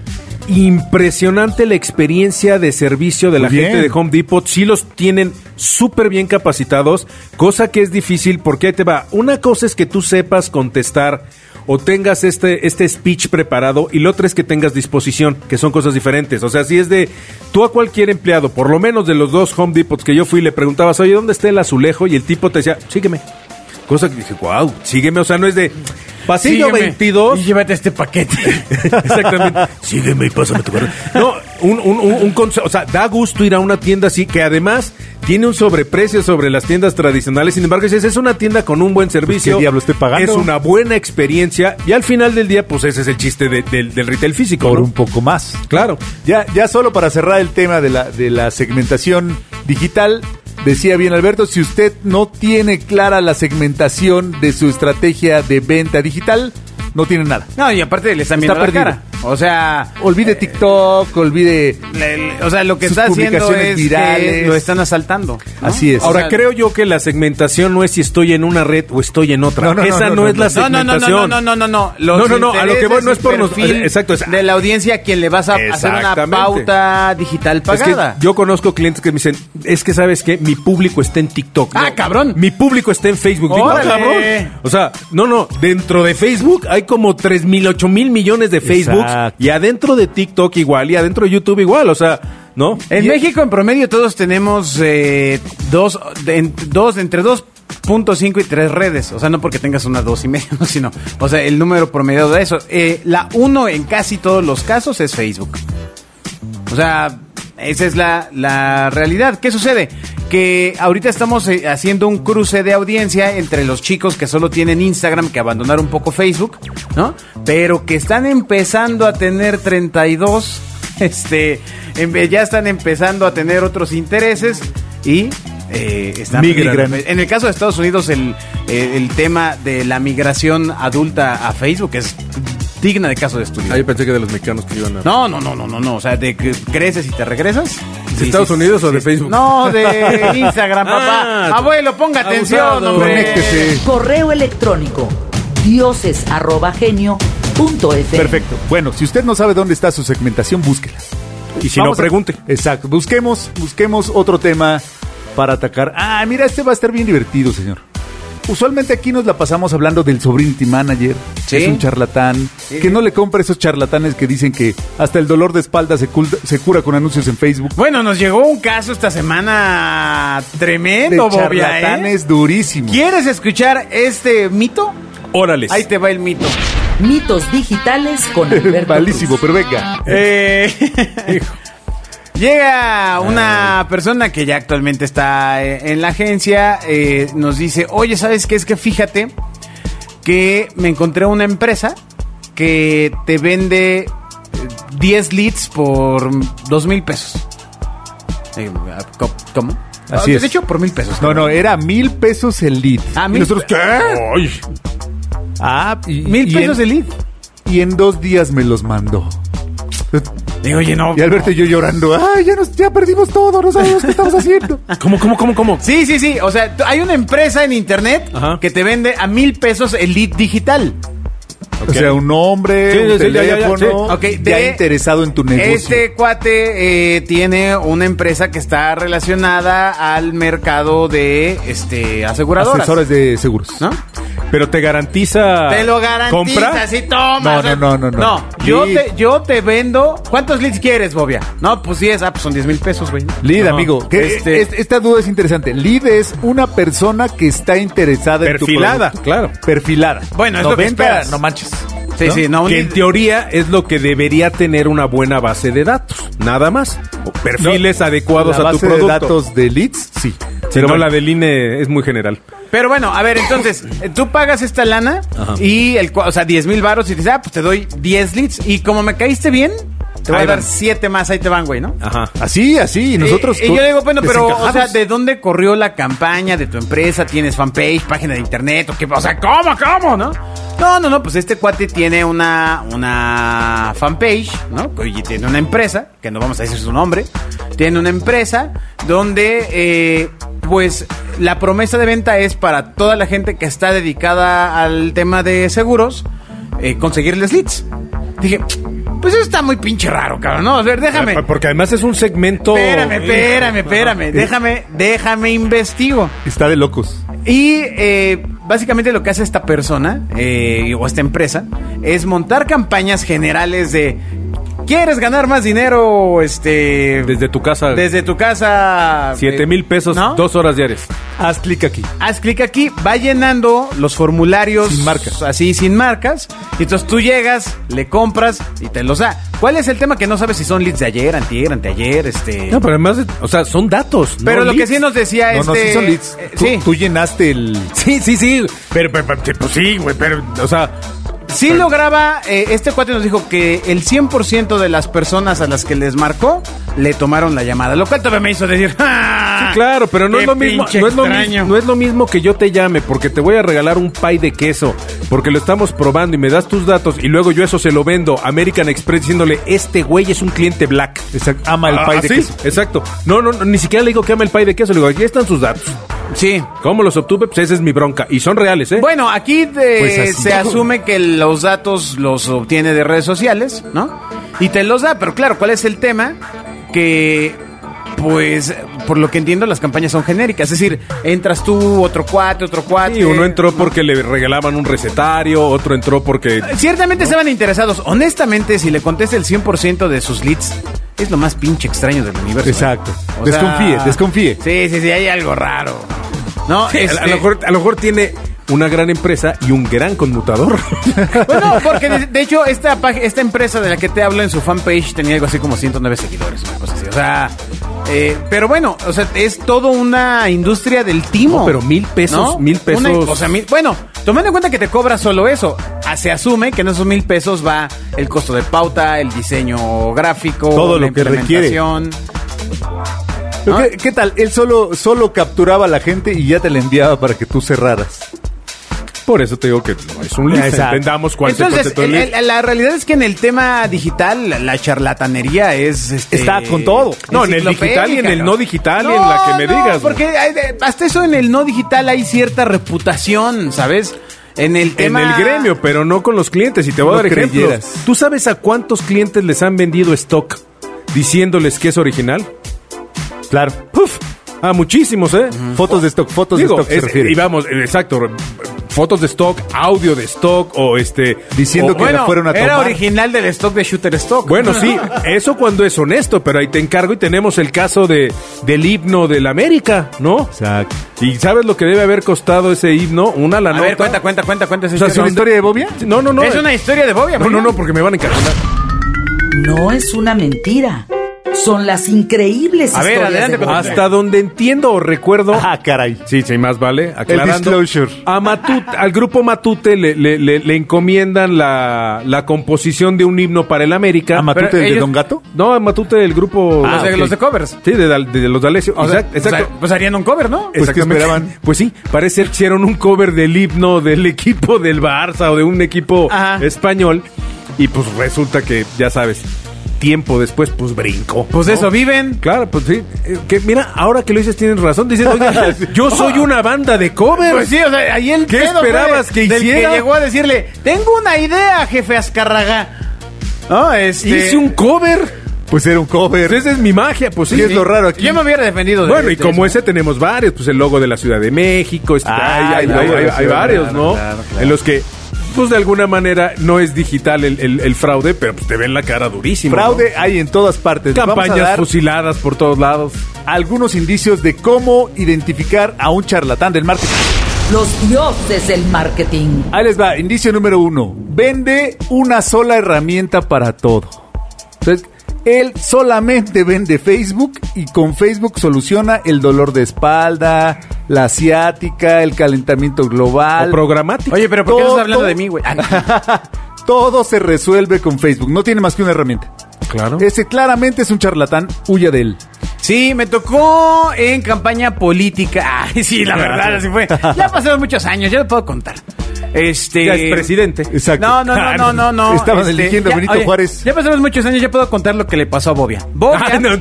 impresionante la experiencia de servicio de la
Muy
gente de
bien.
Home Depot. Sí los tienen súper bien capacitados, cosa que es difícil porque ahí te va. Una cosa es que tú sepas contestar o tengas este, este speech preparado y lo otra es que tengas disposición, que son cosas diferentes. O sea, si es de tú a cualquier empleado, por lo menos de los dos Home Depots que yo fui, le preguntabas, oye, ¿dónde está el azulejo? Y el tipo te decía, sígueme. Cosa que dije, wow, sígueme. O sea, no es de pasillo
Sígueme
22.
Y llévate este paquete.
Exactamente. Sígueme y pásame tu correo. No, un, un, un, un conse- O sea, da gusto ir a una tienda así que además tiene un sobreprecio sobre las tiendas tradicionales. Sin embargo, dices, es una tienda con un buen servicio.
¿qué diablo estoy pagando?
Es una buena experiencia. Y al final del día, pues ese es el chiste de- del, del retail físico.
Por
¿no?
un poco más.
Claro.
Ya, ya solo para cerrar el tema de la, de la segmentación digital, decía bien Alberto, si usted no tiene clara la segmentación de su estrategia de venta digital, no tiene nada.
No, y aparte le están viendo
Está
la
perdido.
cara. O sea,
Olvide TikTok, olvide...
le- le- o sea, lo que
Sus
está haciendo
publicaciones
es que
virales.
lo están asaltando. ¿no?
Así es.
Ahora,
O sea,
creo yo que la segmentación no es si estoy en una red o estoy en otra.
No, no, no,
Esa no,
no, no,
es la
No, no, no,
segmentación.
no, no, no, no, no. Los
No, no, no, a lo que voy
intereses
no es
y
por nos-
perfil
exacto, es-
de la audiencia a quien le vas a hacer una
Exactamente.
pauta digital
Es que
pagada.
yo conozco clientes que me dicen, es que sabes que mi público está en TikTok.
Ah, cabrón.
Mi público está en Facebook. Digo,
Órale.
"Ah, cabrón. O sea, no, no, dentro de Facebook hay como 3 mil, 8 mil millones de Facebook.
Exacto.
Y adentro de TikTok igual, y adentro de YouTube igual, o sea, ¿no?
en
Y-
México, en promedio, todos tenemos eh, dos, de- en- dos, entre 2.5 y tres redes, o sea, no porque tengas una dos y media, no, sino, o sea, el número promedio de eso. Eh, la uno en casi todos los casos es Facebook. O sea, esa es la, la realidad. ¿Qué sucede? Que ahorita estamos eh, haciendo un cruce de audiencia entre los chicos que solo tienen Instagram, que abandonaron un poco Facebook, ¿no? Pero que están empezando a tener 32, este, en vez- ya están empezando a tener otros intereses y... eh, están
Migran.
En el caso de Estados Unidos, el, eh, el tema de la migración adulta a Facebook es digna de caso de estudio.
Ah, yo pensé que de los mexicanos que iban a...
No, no, no, no, no, no. O sea, de que creces y te regresas.
¿De Estados Unidos o de Facebook?
No, de Instagram, papá.
Ah,
Abuelo, ponga atención,
abusado.
hombre.
Conéctese.
Correo electrónico dioses@genio.fm.
Perfecto. Bueno, si usted no sabe dónde está su segmentación, búsquela.
Y si
Vamos
no,
a-
pregunte.
Exacto. Busquemos, busquemos otro tema para atacar. Ah, mira, este va a estar bien divertido, señor. Usualmente aquí nos la pasamos hablando del sobrinity manager,
Sí.
que es un charlatán, que no le compra esos charlatanes que dicen que hasta el dolor de espalda se, cul- se cura con anuncios en Facebook.
Bueno, nos llegó un caso esta semana
De
tremendo, Bobia. ¿eh?
charlatanes durísimos.
¿Quieres escuchar este mito?
Órales.
Ahí te va el mito.
Mitos digitales con Alberto
Malísimo,
Cruz.
pero venga.
Eh, Llega una persona que ya actualmente está eh, en la agencia, eh, nos dice, oye, ¿sabes qué? Es que fíjate que me encontré una empresa que te vende eh, 10 leads por 2 mil pesos. Eh, ¿co- ¿Cómo?
Así
Ah,
es.
De hecho, por mil pesos.
No, no, era mil pesos el lead.
Ah,
¿Y
mil
nosotros,
pe-
¿qué?
Ay,
Ah, y-
Mil
y
pesos
en-
el lead.
Y en dos días me los mandó.
Digo, oye, no.
Y Alberto y yo llorando. Ay, ya, nos, ya perdimos todo, no sabemos qué estamos haciendo.
¿Cómo, cómo, cómo, cómo?
Sí, sí, sí. O sea, t- hay una empresa en internet
Ajá.
que te vende a mil pesos el lead digital.
O sea, un hombre,
Sí,
un
sí, sí, ya, ya, ya,
teléfono, ya,
sí.
Ok, de-
interesado en tu negocio.
Este cuate eh, tiene una empresa que está relacionada al mercado de este aseguradoras.
Asesores de seguros.
¿No?
Pero te garantiza.
Te lo garantizo.
¿Compra?
Sí, toma.
No,
o sea,
no, no, no, no.
yo,
Sí.
te, yo te vendo. ¿Cuántos leads quieres, Bobia? No, pues 10. Ah, pues son 10 mil pesos, güey.
Lead,
Ajá.
amigo. que
Este-
es- esta duda es interesante. Lead es una persona que está interesada
Perfilada,
en tu producto.
claro.
Perfilada.
Bueno, es
No
lo que
venta,
esperas.
No manches.
Sí, sí, no. un
que en
lead-
teoría es lo que debería tener una buena base de datos, nada más. O Perfiles
La
adecuados a tu
base de
producto.
datos de leads, sí.
Si no, la del INE es muy general.
Pero bueno, a ver, entonces, eh, tú pagas esta lana y el, cua- o sea, 10 mil baros y dices, ah, pues te doy 10 leads. Y como me caíste bien, te voy
Ahí
a dar
van.
7 más, ahí te van, güey, ¿no?
Ajá.
Así, así. Y nosotros.
Eh, Y, y yo le digo, bueno, pero, o sea,
desencajados.
¿de dónde corrió la campaña de tu empresa? ¿Tienes fanpage, página de internet? ¿O qué? O sea, ¿cómo, cómo, no? No, no, no, pues este cuate tiene una, una fanpage, ¿no? Y tiene una empresa, que no vamos a decir su nombre. Tiene una empresa donde, eh, pues, la promesa de venta es para toda la gente que está dedicada al tema de seguros, eh, conseguirles leads. Dije, pues eso está muy pinche raro, cabrón, ¿no? A ver, déjame.
Eh,
Porque además es un segmento.
Espérame, espérame, espérame. Déjame, déjame investigo.
Está de locos.
Y eh, básicamente lo que hace esta persona eh, o esta empresa es montar campañas generales de ¿Quieres ganar más dinero? Este.
Desde tu casa.
Desde tu casa.
7
eh,
mil pesos,
¿no?
dos horas diarias.
Haz clic aquí.
Haz clic aquí, va llenando los formularios.
Sin marcas.
Así, sin marcas. Y entonces tú llegas, le compras y te los da. ¿Cuál es el tema que no sabes si son leads de ayer, antier, anteayer? Este.
No, pero además, o sea, son datos.
Pero
no
lo que
leads.
sí nos decía
No,
este.
no, sí son leads.
eh,
Tú-
sí.
tú llenaste el.
Sí, sí, sí. Pero, pero, pero, pues sí, güey, pero, o sea.
Sí lograba, eh, este cuate nos dijo que el 100% de las personas a las que les marcó le tomaron la llamada, lo cual todavía me hizo decir, "Ah,
Claro, pero no
qué
es, lo mismo,
pinche
no, es lo
extraño".
mismo, no es lo mismo que yo te llame porque te voy a regalar un pie de queso, porque lo estamos probando y me das tus datos y luego yo eso se lo vendo a American Express diciéndole, este güey es un cliente black.
Exacto, ama el
Ah,
pie de
sí,
queso.
Exacto. No, no, no, ni siquiera le digo que ama el pie de queso, le digo, aquí están sus datos.
Sí.
¿Cómo los obtuve? Pues esa es mi bronca. Y son reales, ¿eh?
Bueno, aquí te-
Pues así.
se asume que los datos los obtiene de redes sociales, ¿no? Y te los da, pero claro, ¿cuál es el tema? Que, pues, por lo que entiendo, las campañas son genéricas. Es decir, entras tú, otro cuate, otro cuate.
y uno entró porque le regalaban un recetario, otro entró porque...
Ciertamente estaban interesados. Honestamente, si le contesta el 100% de sus leads, es lo más pinche extraño del universo. ¿eh?
Exacto. Desconfíe, desconfíe.
Sí, sí, sí, hay algo raro. No,
Sí, a- a,
este-
lo mejor, a lo mejor tiene una gran empresa y un gran conmutador.
Bueno, Pues porque de, de hecho esta, pag- esta empresa de la que te hablo en su fanpage tenía algo así como 109 seguidores, una cosa así. O sea, eh, pero bueno, o sea, es toda una industria del timo.
No, pero mil pesos, mil pesos.
Una- o sea, mil- bueno, tomando en cuenta que te cobra solo eso, ah, se asume que en esos mil pesos va el costo de pauta, el diseño gráfico,
Todo
la
lo que requiere.
implementación.
Pero ¿Qué, qué tal? Él solo, solo capturaba a la gente y ya te la enviaba para que tú cerraras.
Por eso te digo que no es un lead.
Exacto.
Entendamos cuál es el
Entonces,
concepto de
el-
lead.
el- la realidad es que en el tema digital, la- la charlatanería es. este,
Está con todo.
No, en el digital y en el no digital y en la que me digas,
Porque hay de- hasta eso en el no digital hay cierta reputación, ¿sabes? En el
en
tema.
el gremio, pero no con los clientes. Y te voy a
No
dar ejemplos.
creyeras.
¿Tú sabes a cuántos clientes les han vendido stock diciéndoles que es original?
Claro.
¡Puf! A muchísimos, ¿eh?
Fotos de stock, fotos
Digo,
de stock se
es-
refiere.
y vamos, eh, exacto. fotos de stock, audio de stock o este...
Diciendo
o-
que la fueron a
Era
tomar.
original del stock de Shooter Stock.
Bueno, sí, eso cuando es honesto, pero ahí te encargo y tenemos el caso de del himno del América, ¿no?
Exacto.
Y sabes lo que debe haber costado ese himno, una la
A ver, cuenta, cuenta, cuenta, cuenta. esa
O sea,
historia.
¿es una historia
de Bobia?
No, no, no.
es una historia de Bobia.
No, no, no, porque me van a encargar.
No es una mentira. Son las increíbles
A ver,
historias
adelante
de
con-
Bobia.
Hasta donde entiendo o recuerdo.
Ah, caray.
Sí, sí, más vale. Aclarando.
disclosure.
A Matute, al grupo Matute le, le- le- le encomiendan la, la composición de un himno para el América.
¿A Matute
Pero
el de
ellos-
Don Gato?
No, a Matute el grupo.
Ah, o sea,
ok.
los de covers.
Sí, de, Dal- de los de Alessio.
O sea,
Exact- exacto.
o sea, pues harían un cover, ¿no?
Pues, ¿qué
Exactamente.
esperaban?
Pues sí, parece que hicieron un cover del himno del equipo del Barça o de un equipo
Ajá.
español. Y pues resulta que, ya sabes, tiempo después, pues brincó.
Pues de eso viven.
Claro, pues sí. Eh, Que mira, ahora que lo dices tienes razón. Dices, oiga, yo soy una banda de covers.
Pues sí, o sea, ahí el
¿Qué
pedo fue
esperabas que
del
hiciera?
que llegó a decirle, tengo una idea, jefe Azcarraga. No, este...
Hice un cover.
Pues era un cover.
Ah, Pues esa es mi magia, pues sí.
¿Qué es lo raro aquí?
Yo me hubiera defendido. de-
Bueno,
de
y como
eso.
ese tenemos varios, pues el logo de la Ciudad de México, este,
Ah,
hay, hay-
claro,
hay- hay-
claro,
hay varios,
claro,
¿no?
claro, claro.
En los que, pues de alguna manera, no es digital el, el- el fraude, pero pues, te ven la cara durísimo. ¿no?
Fraude hay en todas partes. Vamos a
Campañas
dar
fusiladas por todos lados.
algunos indicios de cómo identificar a un charlatán del marketing.
Los dioses del marketing.
Ahí les va, indicio número uno. Vende una sola herramienta para todo. Entonces, él solamente vende Facebook y con Facebook soluciona el dolor de espalda, la asiática, el calentamiento global.
O programática.
Oye, pero ¿por qué
Todo-
estás hablando de mí, güey? Ah, no.
Todo se resuelve con Facebook. No tiene más que una herramienta.
Claro.
Ese claramente es un charlatán. Huya de él.
Eh, Sí, me tocó en campaña política. Ay, sí, la verdad, así fue. Ya pasaron muchos años, ya lo puedo contar. Este.
Ya es presidente.
Exacto.
No, no, no, no, no. no. Este,
Estaban eligiendo a
ya-
Benito Juárez.
Ya pasaron muchos años, ya puedo contar lo que le pasó a Bobia. Bobia.
Ah, no.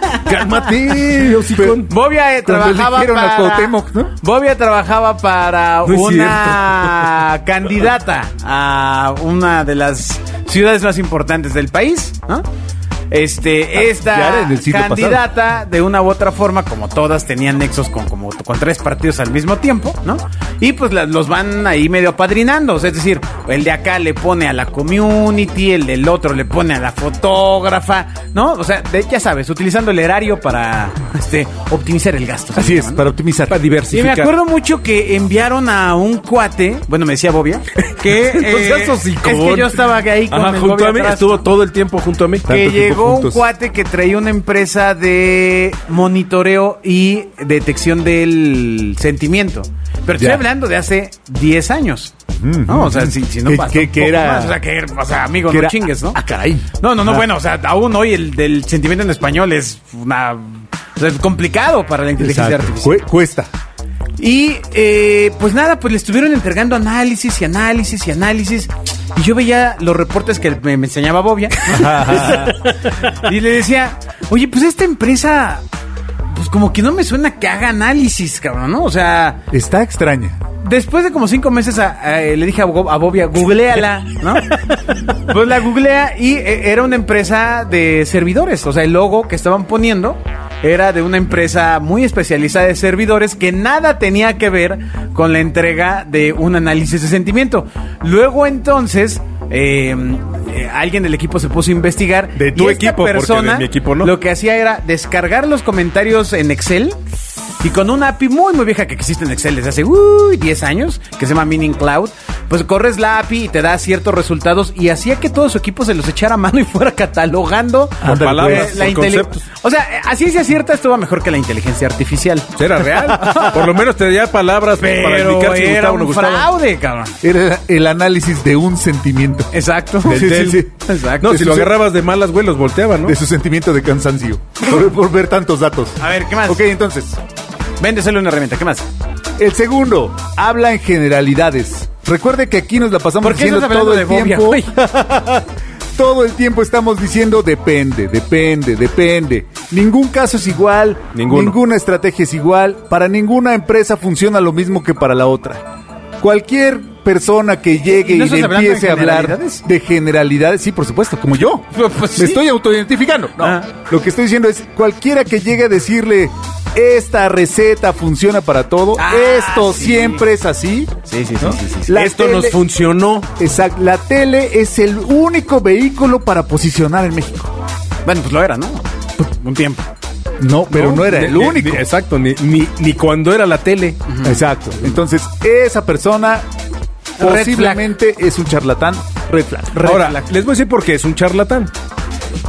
Cálmate, hocicón.
Bobia eh,
Cuando
trabajaba
eligieron a
para.
Cuauhtémoc, ¿no?
Bobia trabajaba para
No es
una candidata a una de las ciudades más importantes del país, ¿no? Este,
Ah, ya era
esta
en el siglo
candidata, de una u otra forma, como todas, tenían nexos con como con tres partidos al mismo tiempo, ¿no? Y pues la- los van ahí medio apadrinando. o sea, es decir, el de acá le pone a la community, el del otro le pone a la fotógrafa, ¿no? O sea, de- ya sabes, utilizando el erario para este, optimizar el gasto. se
Así es,
llama, Ah, ¿no?
para optimizar.
Para
Y me
diversificar.
acuerdo mucho que enviaron a un cuate, bueno, me decía Bobia, que eh,
No seas hocicón.
es que yo estaba ahí con
Ajá,
el
junto
Bobia
a mí,
atrás,
estuvo
¿no?
todo el tiempo junto a mí.
que llegó un cuate que traía una empresa de monitoreo y detección del sentimiento. Pero estoy
Ya.
hablando de hace 10 años. ¿no? O sea, si, si no
Que-
pasa
que-
un
que
poco
era-
más, O sea, que, o sea, amigo,
que
no
era-
chingues, ¿no?
Ah, caray.
No, no, no, bueno, o sea, aún hoy el del sentimiento en español es una... o sea, es complicado para la inteligencia
Exacto.
artificial.
Cue- cuesta.
Y eh, pues nada, pues le estuvieron entregando análisis y análisis y análisis. Y yo veía los reportes que me, me enseñaba Bobia. y le decía, oye, pues esta empresa, pues como que no me suena que haga análisis, cabrón, ¿no? O sea,
Está extraña.
después de como cinco meses a- a- eh, le dije a, Bob- a Bobia, googleala, ¿no? Pues la googlea y eh, era una empresa de servidores. O sea, el logo que estaban poniendo era de una empresa muy especializada de servidores que nada tenía que ver con la entrega de un análisis de sentimiento. Luego entonces... eh, eh, alguien del equipo se puso a investigar
De tu
y esta
equipo, porque de
persona
mi equipo no.
lo que hacía era descargar los comentarios en Excel y con una API muy, muy vieja que existe en Excel desde hace uy, 10 años, que se llama Mining Cloud, pues corres la API y te da ciertos resultados y hacía que todo su equipo se los echara a mano y fuera catalogando
Por
eh,
palabras,
la
por
intele-
conceptos.
O sea, eh, a ciencia cierta estuvo mejor que la inteligencia artificial.
Pues Era real. Por lo menos te daría palabras para
Pero
indicar si
era
gustaba o no
un
gustaba.
fraude, cabrón.
Era el análisis de un sentimiento.
Exacto.
Del
Sí, sí,
del.
sí. Exacto.
No, si lo agarrabas de malas, güey, los volteaba, ¿no?
De su sentimiento de cansancio. Por, por ver tantos datos.
A ver, ¿qué más?
Ok, entonces.
Véndeselo una herramienta, ¿qué más?
El segundo. Habla en generalidades. Recuerde que aquí nos la pasamos
¿Por qué
diciendo
estás hablando
todo
de
el
Bobia,
tiempo.
güey?
Todo el tiempo estamos diciendo depende, depende, depende. Ningún caso es igual,
Ninguno.
ninguna estrategia es igual, para ninguna empresa funciona lo mismo que para la otra. Cualquier persona que
¿Y
llegue y,
no
le
estás hablando de
empiece a hablar
generalidades?
de generalidades, sí, por supuesto, como yo.
Pues, pues,
Me
sí.
estoy autoidentificando. No,
Ah.
lo que estoy diciendo es cualquiera que llegue a decirle Esta receta funciona para todo.
Ah,
Esto
sí.
siempre es así.
Sí, sí, sí, sí, sí, sí.
La
Esto nos
tele-
funcionó.
Exacto. La tele es el único vehículo para posicionar en México.
Bueno, pues lo era, ¿no? Un tiempo.
No, pero no, era
Ni-
el
ni-
único.
ni- exacto, ni, ni, ni cuando era la tele.
Exacto. Entonces, esa persona
Red
posiblemente es un charlatán. Red flag. Red
Ahora,
flag.
les voy a decir por qué es un charlatán.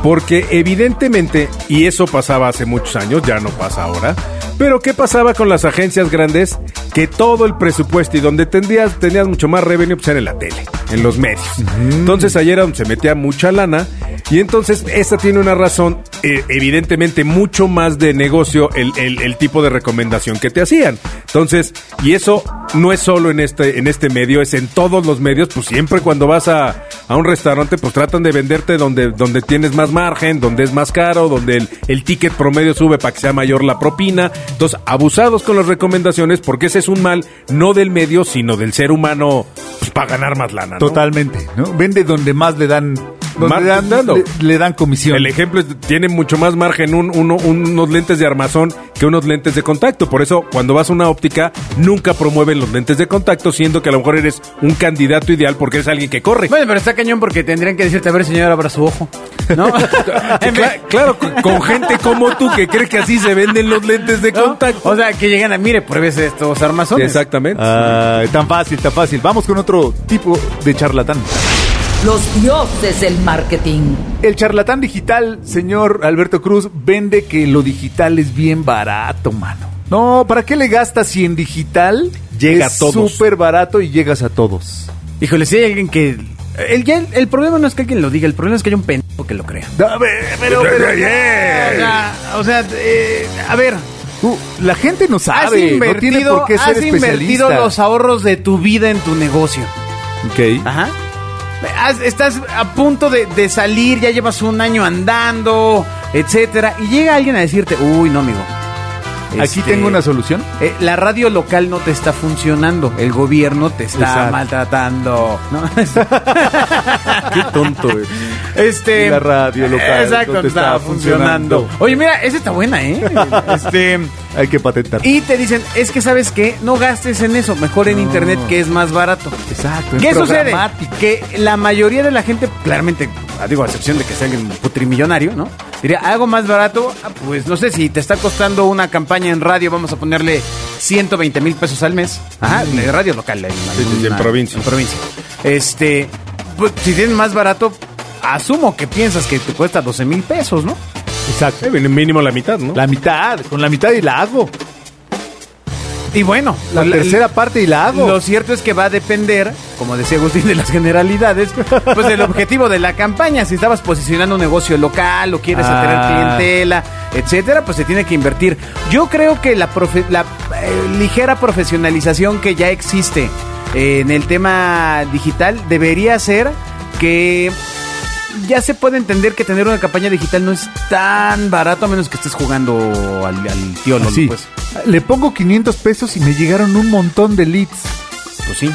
Porque evidentemente, y eso pasaba hace muchos años, ya no pasa ahora, pero ¿qué pasaba con las agencias grandes? Que todo el presupuesto y donde tendrías, tenías mucho más revenue pues, era en la tele, en los medios. Entonces ayer era donde se metía mucha lana y entonces esta tiene una razón, eh, evidentemente mucho más de negocio el, el- el tipo de recomendación que te hacían. Entonces, y eso no es solo en este, en este medio, es en todos los medios, pues siempre cuando vas a, a un restaurante, pues tratan de venderte donde, donde tienes más margen, donde es más caro, donde el, el ticket promedio sube para que sea mayor la propina. Entonces, abusados con las recomendaciones, porque ese es un mal, no del medio, sino del ser humano, pues para ganar más lana. ¿no?
Totalmente. ¿no? Vende donde más le dan. Donde
Más
le dan,
dando.
le, le dan comisión.
El ejemplo es, tiene mucho más margen un- uno- unos lentes de armazón que unos lentes de contacto. Por eso, cuando vas a una óptica, nunca promueven los lentes de contacto, siendo que a lo mejor eres un candidato ideal porque es alguien que corre.
Bueno, pero está cañón porque tendrían que decirte, a ver, señor, abra su ojo. ¿No? En vez-
Cla- claro, con- con gente como tú que cree que así se venden los lentes de
¿no?
contacto.
O sea, que llegan a, mire, pruebes estos armazones.
Exactamente.
Ah. Ay, tan fácil, tan fácil. Vamos con otro tipo de charlatán.
Los dioses del marketing.
El charlatán digital, señor Alberto Cruz, vende que lo digital es bien barato, mano. No, ¿para qué le gastas si en digital
Llega
es
a todos.
súper barato y llegas a todos?
Híjole, si hay alguien que... El, ya el, el problema no es que alguien lo diga, el problema es que hay un pendejo que lo crea.
A ver, pero, pero-
O sea, o sea, eh, a ver,
Tú, la gente no
has
sabe, no tiene
invertido,
por qué ser
has invertido
especialista.
los ahorros de tu vida en tu negocio.
Ok.
Ajá. Has- estás a punto de, de salir, ya llevas un año andando, etcétera, y llega alguien a decirte, uy, no, amigo.
Aquí
este,
tengo una solución.
eh, la radio local no te está funcionando, el gobierno te está
Exacto.
maltratando. ¿no?
Qué tonto, güey.
Este,
La radio local
exacto,
no te
está
está funcionando.
funcionando. Oye, mira, esa está buena, ¿eh? Este,
Hay que patentar.
y te dicen, es que sabes qué, no gastes en eso, mejor en internet que es más barato.
Exacto. en
¿Qué sucede?
programática.
Que la mayoría de la gente, claramente, ah, digo, a excepción de que sea alguien putrimillonario, ¿no? Diría, algo más barato, ah, pues no sé, si te está costando una campaña en radio, vamos a ponerle 120 mil pesos al mes. Ajá, de radio local. en
sí, sí, en
alguna-
provincia.
En provincia. Este, pues, si tienes más barato, asumo que piensas que te cuesta 12 mil pesos, ¿no?
Exacto.
Eh, mínimo la mitad, ¿no?
La mitad, con la mitad y la hago.
Y bueno,
La
pues,
tercera parte y la hago.
Lo cierto es que va a depender, como decía Agustín, de las generalidades, pues del objetivo de la campaña. Si estabas posicionando un negocio local o quieres
Ah.
atraer clientela, etcétera, pues se tiene que invertir. Yo creo que la, profe- la, eh, ligera profesionalización que ya existe eh, en el tema digital debería ser que ya se puede entender que tener una campaña digital no es tan barato a menos que estés jugando al, al tío Lolo,
Así.
pues.
Ah, Le pongo 500 pesos y me llegaron un montón de leads.
Pues sí.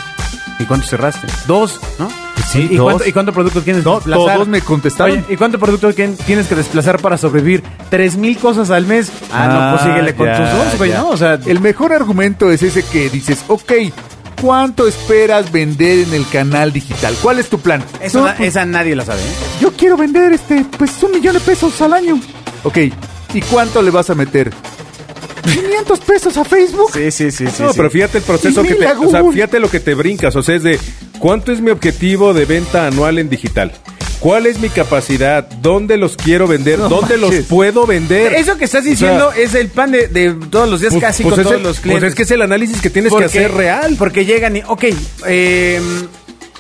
¿Y cuánto cerraste? Dos, ¿no?
sí,
¿Y,
dos.
Cuánto, ¿Y cuánto producto tienes que
No,
desplazar?
todos me contestaron.
Oye, ¿Y cuánto producto que- tienes que desplazar para sobrevivir? Tres mil cosas al mes. Ah, no, pues síguele con
ya,
tus dos, güey,
ya.
¿no? O sea,
el mejor argumento es ese que dices, ok, ¿cuánto esperas vender en el canal digital? ¿Cuál es tu plan?
eso
No,
na-
pues,
esa nadie la sabe. ¿eh?
Yo quiero vender este, pues un millón de pesos al año. Ok, ¿y cuánto le vas a meter? 500 pesos a Facebook.
sí, sí,
No, pero fíjate el proceso
Y
que te,
mira,
o sea,
Google.
fíjate lo que te brincas, o sea, es de cuánto es mi objetivo de venta anual en digital. ¿Cuál es mi capacidad? ¿Dónde los quiero vender?
No
¿Dónde los
manches.
puedo vender?
Eso que estás
O sea,
diciendo es el pan de, de todos los días
pues-
casi
pues
con
es
todos
el-
los
pues
clientes.
es que es el análisis que tienes que hacer real.
Porque llegan y, ok, eh,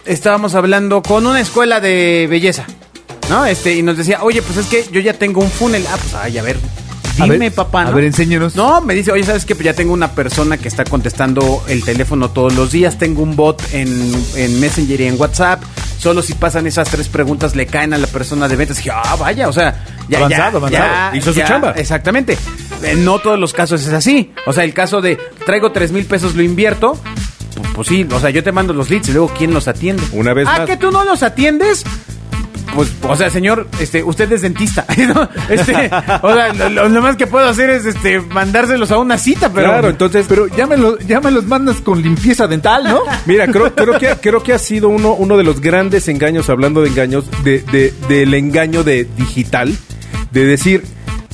estábamos hablando con una escuela de belleza, ¿no? Este, y nos decía, oye, pues es que yo ya tengo un funnel. Ah, pues, ay, a ver,
A
dime,
ver,
papá, ¿no?
a ver, enséñanos.
No, me dice, oye, ¿sabes qué? Pues ya tengo una persona que está contestando el teléfono todos los días, tengo un bot en, en Messenger y en WhatsApp. Solo si pasan esas tres preguntas le caen a la persona de ventas. Dije, ah, vaya, o sea, ya,
Avanzado,
ya,
avanzado.
ya,
Hizo su
ya,
chamba.
Exactamente. Eh, no todos los casos es así. O sea, el caso de traigo tres mil pesos, lo invierto. pues pu- Pues, sí, o sea, yo te mando los leads y luego quién los atiende.
Una vez
¿Ah,
más.
que tú no los atiendes?
pues,
O sea, señor, este, usted es dentista. ¿no? Este, o sea, lo, lo- lo más que puedo hacer es este, mandárselos a una cita, pero.
claro, entonces,
pero ya me, lo- ya me los mandas con limpieza dental, ¿no?
Mira, creo, creo, que, creo que ha sido uno, uno de los grandes engaños, hablando de engaños, de, de- del engaño de digital, de decir,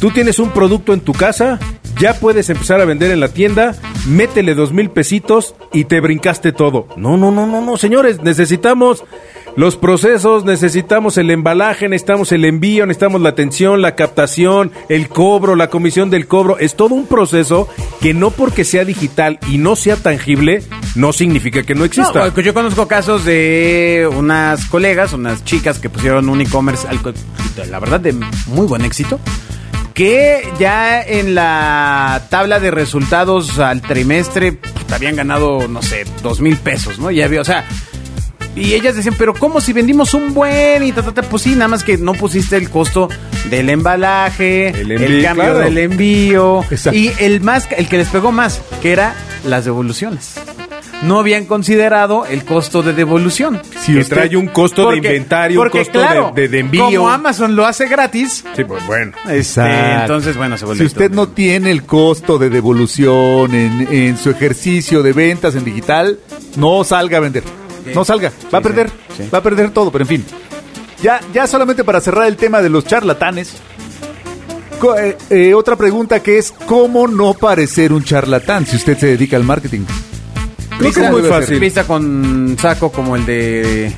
tú tienes un producto en tu casa, ya puedes empezar a vender en la tienda, métele dos mil pesitos y te brincaste todo. No, no, no, no, no, señores, necesitamos los procesos, necesitamos el embalaje, necesitamos el envío, necesitamos la atención, la captación, el cobro, la comisión del cobro. Es todo un proceso que no porque sea digital y no sea tangible, no significa que no
No,
exista.
bueno, yo conozco casos de unas colegas, unas chicas que pusieron un e-commerce, al co- la verdad, de muy buen éxito, que ya en la tabla de resultados al trimestre pues, habían ganado, no sé, dos mil pesos, ¿no? Ya había, o sea, y ellas decían, pero ¿cómo si vendimos un buen y ta, ta, ta? Pues sí, nada más que no pusiste el costo del embalaje, el,
El envío,
cambio
claro.
del envío
Exacto.
y el más, el que les pegó más, que era las devoluciones. No habían considerado el costo de devolución.
Que trae un costo de inventario, un
porque,
costo
claro,
de, de- de envío.
Como Amazon lo hace gratis,
Sí, pues bueno.
este,
Exacto.
entonces bueno, se vuelve
Si usted
todo.
no tiene el costo de devolución en, en su ejercicio de ventas en digital, no salga a vender. No salga, va a
sí,
perder,
sí.
va a perder todo, pero en fin. Ya, ya solamente para cerrar el tema de los charlatanes, co- eh, eh, otra pregunta que es, ¿cómo no parecer un charlatán si usted se dedica al marketing?
Creo que es muy fácil.
Pista con saco como el de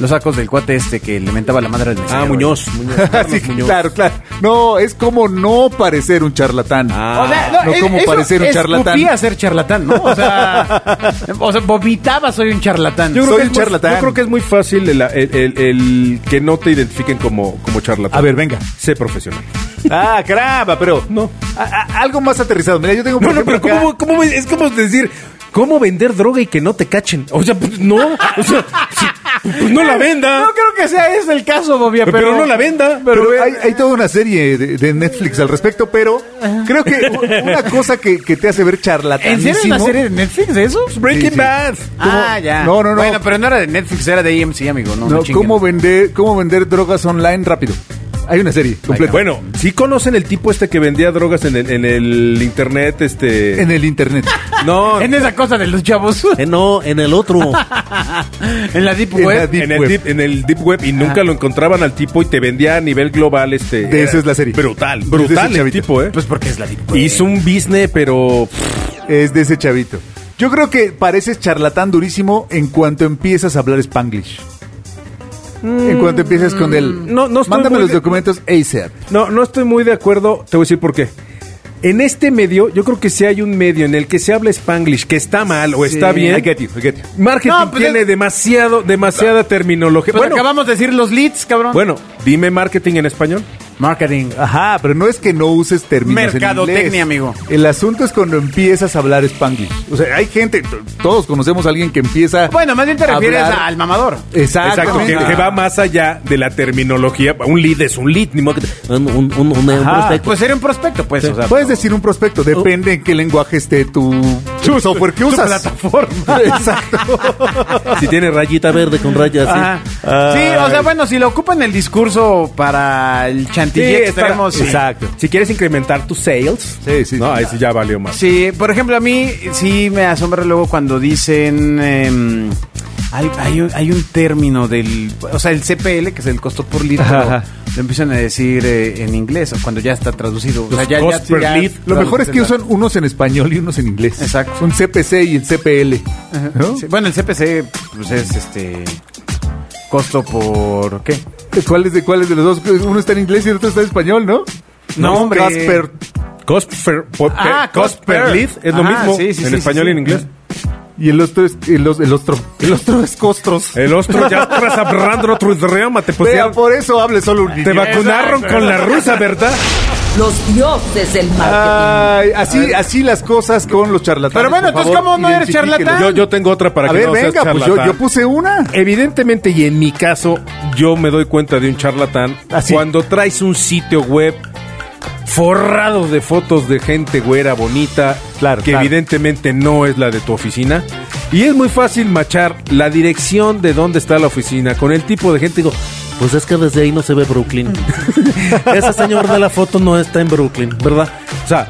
los sacos del cuate este que le mentaba la madre al mesero.
Ah, Muñoz. Muñoz, Carlos
Sí,
Muñoz.
claro, claro. No, es como no parecer un charlatán.
Ah.
O sea, no,
no
es-
como
eso
parecer un
es
charlatán.
utopía ser charlatán, ¿no? O sea, o sea, vomitaba soy un charlatán.
Yo creo,
Soy
que
un
es muy,
charlatán.
yo creo que es muy fácil el, el- el- el que no te identifiquen como, como charlatán.
A ver, venga.
Sé profesional.
Ah, caramba, pero.
No.
A- a- algo más aterrizado. Mira, yo tengo por
No, no,
ejemplo,
pero ¿cómo, cómo me- es como decir, ¿cómo vender droga y que no te cachen? O sea, pues, no, o sea, sí, pues no la venda.
No creo que sea ese el caso, Bobia,
Pero,
pero,
no la venda.
Pero hay, hay toda una serie de, de Netflix al respecto, pero creo que u- una cosa que, que te hace ver charlatanísimo.
¿En serio es una serie de Netflix eso?
Breaking
sí.
Bad.
Ah, ya.
No, no, no.
Bueno, pero no era de Netflix, era de EMC, amigo. No,
No,
no chinguen.
¿cómo, vender, ¿Cómo vender drogas online rápido? Hay una serie completa.
Bueno, sí conocen el tipo este que vendía drogas en el, en el internet, este...
En el internet.
No,
En esa cosa de los chavos.
no, en el otro.
en la Deep
En
Web.
la Deep
en, el
Web.
deep, en el Deep Web y nunca lo encontraban al tipo y te vendía a nivel global este...
De esa es la serie.
Brutal,
Es de ese
brutal el
chavito.
tipo, ¿eh?
Pues porque es la Deep Web.
Hizo un business, pero...
Es de ese chavito. Yo creo que pareces charlatán durísimo en cuanto empiezas a hablar Spanglish. En cuanto empiezas con el.
no- no estoy
Mándame
muy
los
de-
documentos ASAP.
No, no estoy muy de acuerdo. Te voy a decir por qué. En este medio, yo creo que si hay un medio en el que se habla spanglish, que está mal o está bien.
I get you, I get you.
Marketing
No, pues
tiene
es-
demasiado, demasiada terminología.
Pues
Bueno,
acabamos de decir los leads, cabrón.
bueno, dime marketing en español.
Marketing.
Ajá, pero no es que no uses términos
Mercadotecnia,
en inglés.
amigo.
El asunto es cuando empiezas a hablar Spanglish. O sea, hay gente, t- todos conocemos a alguien que empieza.
Bueno, más bien te
a
refieres
hablar-
al mamador.
Exacto,
Exactamente.
que, que va más allá de la terminología. Un lead es un lead, ni modo que te- un, un- un- un prospecto.
Pues era un prospecto, pues. O sea,
Puedes decir un prospecto, depende en qué lenguaje esté tu, tu software que
tu
usas.
plataforma.
Exacto.
Si tiene rayita verde con rayas. sí.
Ajá. Sí, o sea, bueno, si lo ocupan el discurso para el
Sí,
chantilly
es para-
extremo, sí.
Exacto. Si quieres Ah. incrementar tus sales,
Sí, sí,
no,
sí.
ahí sí ya valió más.
Sí, por ejemplo, a mí sí me asombra luego cuando dicen. em, hay, hay un, hay un término del. O sea, el CPL, que es el costo por lead,
Ajá,
pero
ajá.
lo empiezan a decir eh, en inglés, cuando ya está traducido. O sea,
Los
ya,
cost
ya-
per
ya-
lead.
Lo mejor es que usan unos en español y unos en inglés.
Exacto.
Un CPC y el CPL. ¿no?
Sí, Bueno, el CPC pues, es este. Costo por. ¿Qué?
¿Cuál es de cuáles de los dos? Uno está en inglés y el otro está en español, ¿no?
No,
Es
hombre.
cost per-
Cost per, por-
Ah,
per- cost
cost
per
per.
lead es lo
Ajá,
mismo
sí, sí,
en
sí,
español
sí,
y en
sí.
inglés.
Y el otro Eh, es el, os- el ostro. El ostro es costros.
El ostro ya tras abrando otro idioma, te
Vea,
pusieron,
por eso hable solo un
te
idioma.
vacunaron con la rusa, ¿verdad?
Los dioses del marketing.
Ah.
Ay, así, así las cosas con los charlatanes.
Pero bueno,
por
entonces,
favor,
¿cómo no eres
identifíquenlos.
charlatán?
Yo, yo tengo otra para
A
que
ver,
no seas
venga, pues yo,
charlatán.
yo puse una.
Evidentemente, y en mi caso, yo me doy cuenta de un charlatán
Así.
cuando traes un sitio web forrado de fotos de gente güera bonita,
Claro,
que
claro.
evidentemente no es la de tu oficina. Y es muy fácil machar la dirección de dónde está la oficina con el tipo de gente. Digo,
Pues es que desde ahí no se ve Brooklyn. Ese señor de la foto no está en Brooklyn, ¿verdad?
O sea,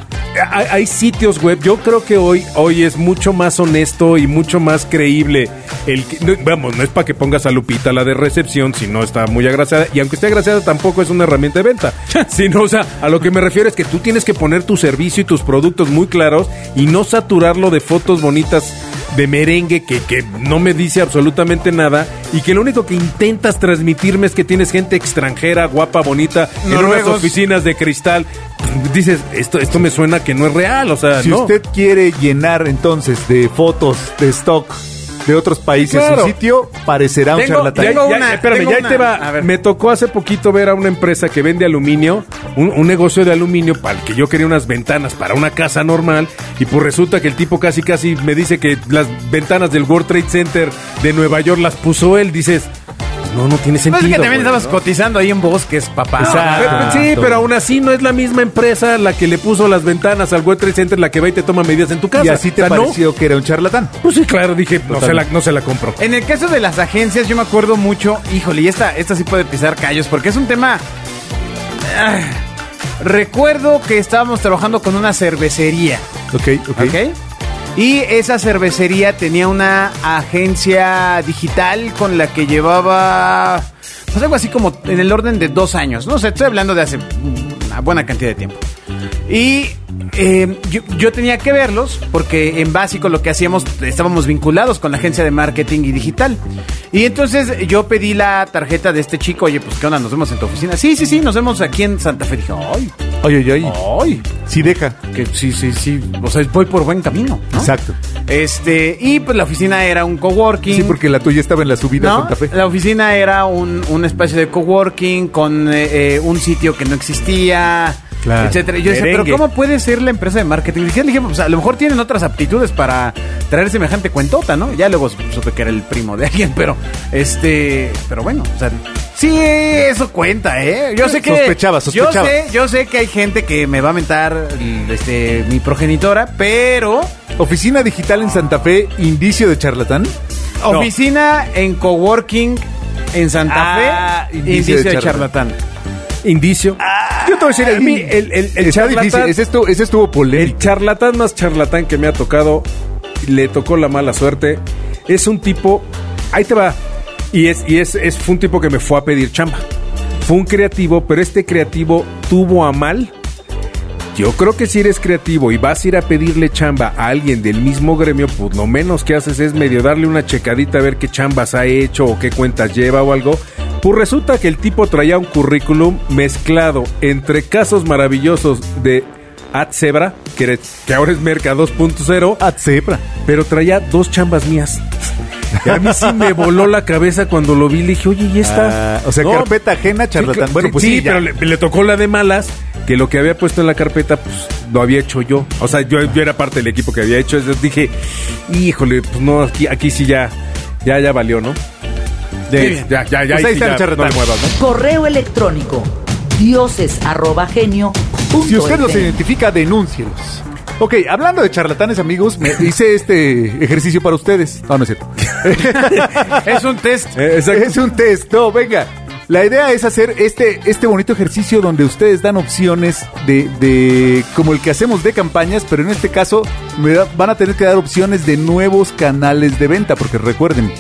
hay, hay sitios web. Yo creo que hoy, hoy es mucho más honesto y mucho más creíble. El que- no, vamos, no es para que pongas a Lupita la de recepción si no está muy agraciada. Y aunque esté agraciada, tampoco es una herramienta de venta. Sino, o sea, a lo que me refiero es que tú tienes que poner tu servicio y tus productos muy claros y no saturarlo de fotos bonitas de merengue que, que no me dice absolutamente nada y que lo único que intentas transmitirme es que tienes gente extranjera, guapa, bonita, en unas
Noruegos.
oficinas de cristal. Dices, esto, esto me suena que no es real, o sea,
Si
Ah, no.
usted quiere llenar entonces de fotos de stock de otros países
Claro.
su sitio, parecerá un
Tengo-
charlatán.
ya-
Tengo
ya-
una,
espérame,
tengo
ya ahí
una.
te va.
A ver.
Me tocó hace poquito ver a una empresa que vende aluminio, un, un negocio de aluminio para el que yo quería unas ventanas para una casa normal y pues resulta que el tipo casi casi me dice que las ventanas del World Trade Center de Nueva York las puso él. Dices, no, no tiene
Pues
sentido.
es que también
güey,
estabas
¿no?
cotizando ahí en bosques, papá.
Ah,
O sea,
Sí, pero aún así no es la misma empresa la que le puso las ventanas al World Trade Center la que va y te toma medidas en tu casa.
Y así te
O sea, ¿no?
pareció que era un charlatán.
Pues sí, claro, dije, no se, la, no se la compro.
En el caso de las agencias, yo me acuerdo mucho, híjole, y esta, esta sí puede pisar callos, porque es un tema. Ah, Recuerdo que estábamos trabajando con una cervecería,
Ok, ok.
¿ok? Y esa cervecería tenía una agencia digital con la que llevaba. Pues algo así como en el orden de dos años. No sé, estoy hablando de hace una buena cantidad de tiempo. Y eh, yo, yo tenía que verlos porque en básico lo que hacíamos, estábamos vinculados con la agencia de marketing y digital. Y entonces yo pedí la tarjeta de este chico, oye, pues qué onda, nos vemos en tu oficina. Sí, sí, sí, nos vemos aquí en Santa Fe. Dije, ay,
Oye, oye, oye.
ay,
Sí, deja.
que sí, sí, sí, o sea, voy por buen camino. ¿no?
Exacto.
Este, y pues la oficina era un coworking.
Sí, porque la tuya estaba en la subida a
¿no?
Santa Fe.
La oficina era un, un espacio de coworking con eh, eh, un sitio que no existía,
Claro.
etcétera. Y Yo decía,
Merengue.
pero ¿cómo puede ser la empresa de marketing? Y le dije, pues a lo mejor tienen otras aptitudes para traer semejante cuentota, ¿no? Ya luego supe que era el primo de alguien, pero este, pero bueno, o sea, sí, eso cuenta, ¿eh? Yo sé que
Sospechaba, sospechaba.
Yo sé, yo sé que hay gente que me va a mentar, este, mi progenitora, pero
Oficina digital en Santa Fe, indicio de charlatán.
No.
Oficina en coworking en Santa
Ah,
Fe.
indicio
Indicio
de Ah.
de charlatán.
Indicio. Yo te voy a decir, a mí el, el, el
Está
charlatán-
difícil. Ese estuvo, ese estuvo
El
polémico.
charlatán más charlatán que me ha tocado, le tocó la mala suerte. Es un tipo, ahí te va. Y es, y es, es- fue un tipo que me fue a pedir chamba. Fue un creativo, pero este creativo tuvo a mal. Yo creo que si eres creativo y vas a ir a pedirle chamba a alguien del mismo gremio, pues lo menos que haces es medio darle una checadita a ver qué chambas ha hecho o qué cuentas lleva o algo. Pues resulta que el tipo traía un currículum mezclado entre casos maravillosos de Atzebra, que, era- que ahora es Merca 2.0,
Ah, Zebra.
pero traía dos chambas mías. Y a mí sí me voló la cabeza cuando lo vi. Le dije, oye, ¿y esta?
Ah, o sea,
No,
carpeta ajena, charlatán.
Sí,
bueno, pues sí,
sí,
ya.
pero le, le tocó la de malas, que lo que había puesto en la carpeta, pues lo había hecho yo. O sea, yo, yo era parte del equipo que había hecho eso. Dije, híjole, pues no, aquí, aquí sí ya, ya, ya valió, ¿no?
Muy
Ya,
bien.
ya, ya, ya,
Pues ahí
ahí sí
está el
ya, no
charlatán.
le muevas, ¿no?
Correo electrónico dioses@genio.
Si usted los identifica, denúncielos. Ok, hablando de charlatanes, amigos, me hice este ejercicio para ustedes. No, no es cierto.
es un test.
Eh, exacto.
Es un test. No, venga. La idea es hacer este, este bonito ejercicio donde ustedes dan opciones de, de- como el que hacemos de campañas, pero en este caso me da- van a tener que dar opciones de nuevos canales de venta, porque recuerden,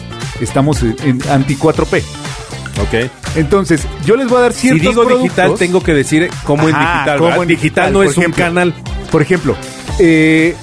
estamos en, en anti 4P.
Ok.
Entonces, yo les voy a dar
Si
ciertos
digo digital,
productos.
tengo que decir cómo en
Ajá,
digital.
como
¿verdad?
en
digital no
por
es un
ejemplo.
canal.
Por ejemplo, eh,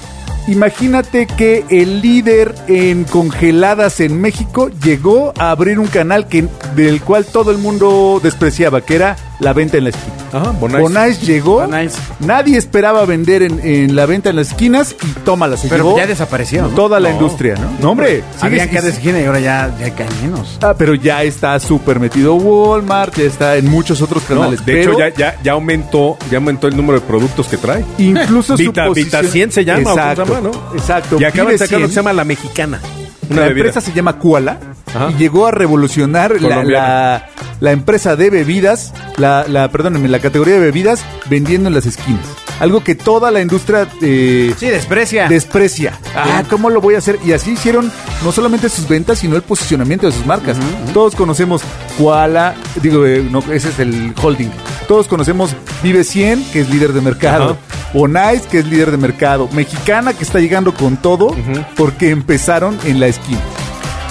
imagínate que el líder en congeladas en México llegó a abrir un canal que, del cual todo el mundo despreciaba, que era la venta en la esquina.
Ajá, Bonais.
Bonais, llegó,
Ah, Bonais.
nadie esperaba vender en, en la venta en las esquinas y tómala, se
Pero
llevó
ya desapareció. ¿no?
toda la
No.
industria, ¿no? Pues, No, hombre, sigue-
Habían
sigue-
cada esquina y ahora ya, ya caen menos.
Ah, pero ya está súper metido Walmart, ya está en muchos otros
No,
canales.
de
pero
hecho, ya, ya, ya aumentó, ya aumentó el número de productos que trae.
Incluso su
Vita-
posición-
Vitacien se llama, ¿o cómo se
Exacto,
llama, no?
Exacto.
Y acaban de sacar lo que
Vivecien.
se llama la mexicana. Una
la
bebida.
empresa se llama Kuala
Ajá.
y llegó a revolucionar la,
Colombiana.
la- la empresa de bebidas, la, la, perdónenme, la categoría de bebidas vendiendo en las esquinas. Algo que toda la industria eh,
Sí, desprecia.
desprecia. Ah, ¿cómo lo voy a hacer? Y así hicieron no solamente sus ventas, sino el posicionamiento de sus marcas. Todos conocemos Koala, digo, eh, no, ese es el holding. Todos conocemos Vive 100, que es líder de mercado. Onais, que es líder de mercado. Mexicana, que está llegando con todo, porque empezaron en la esquina.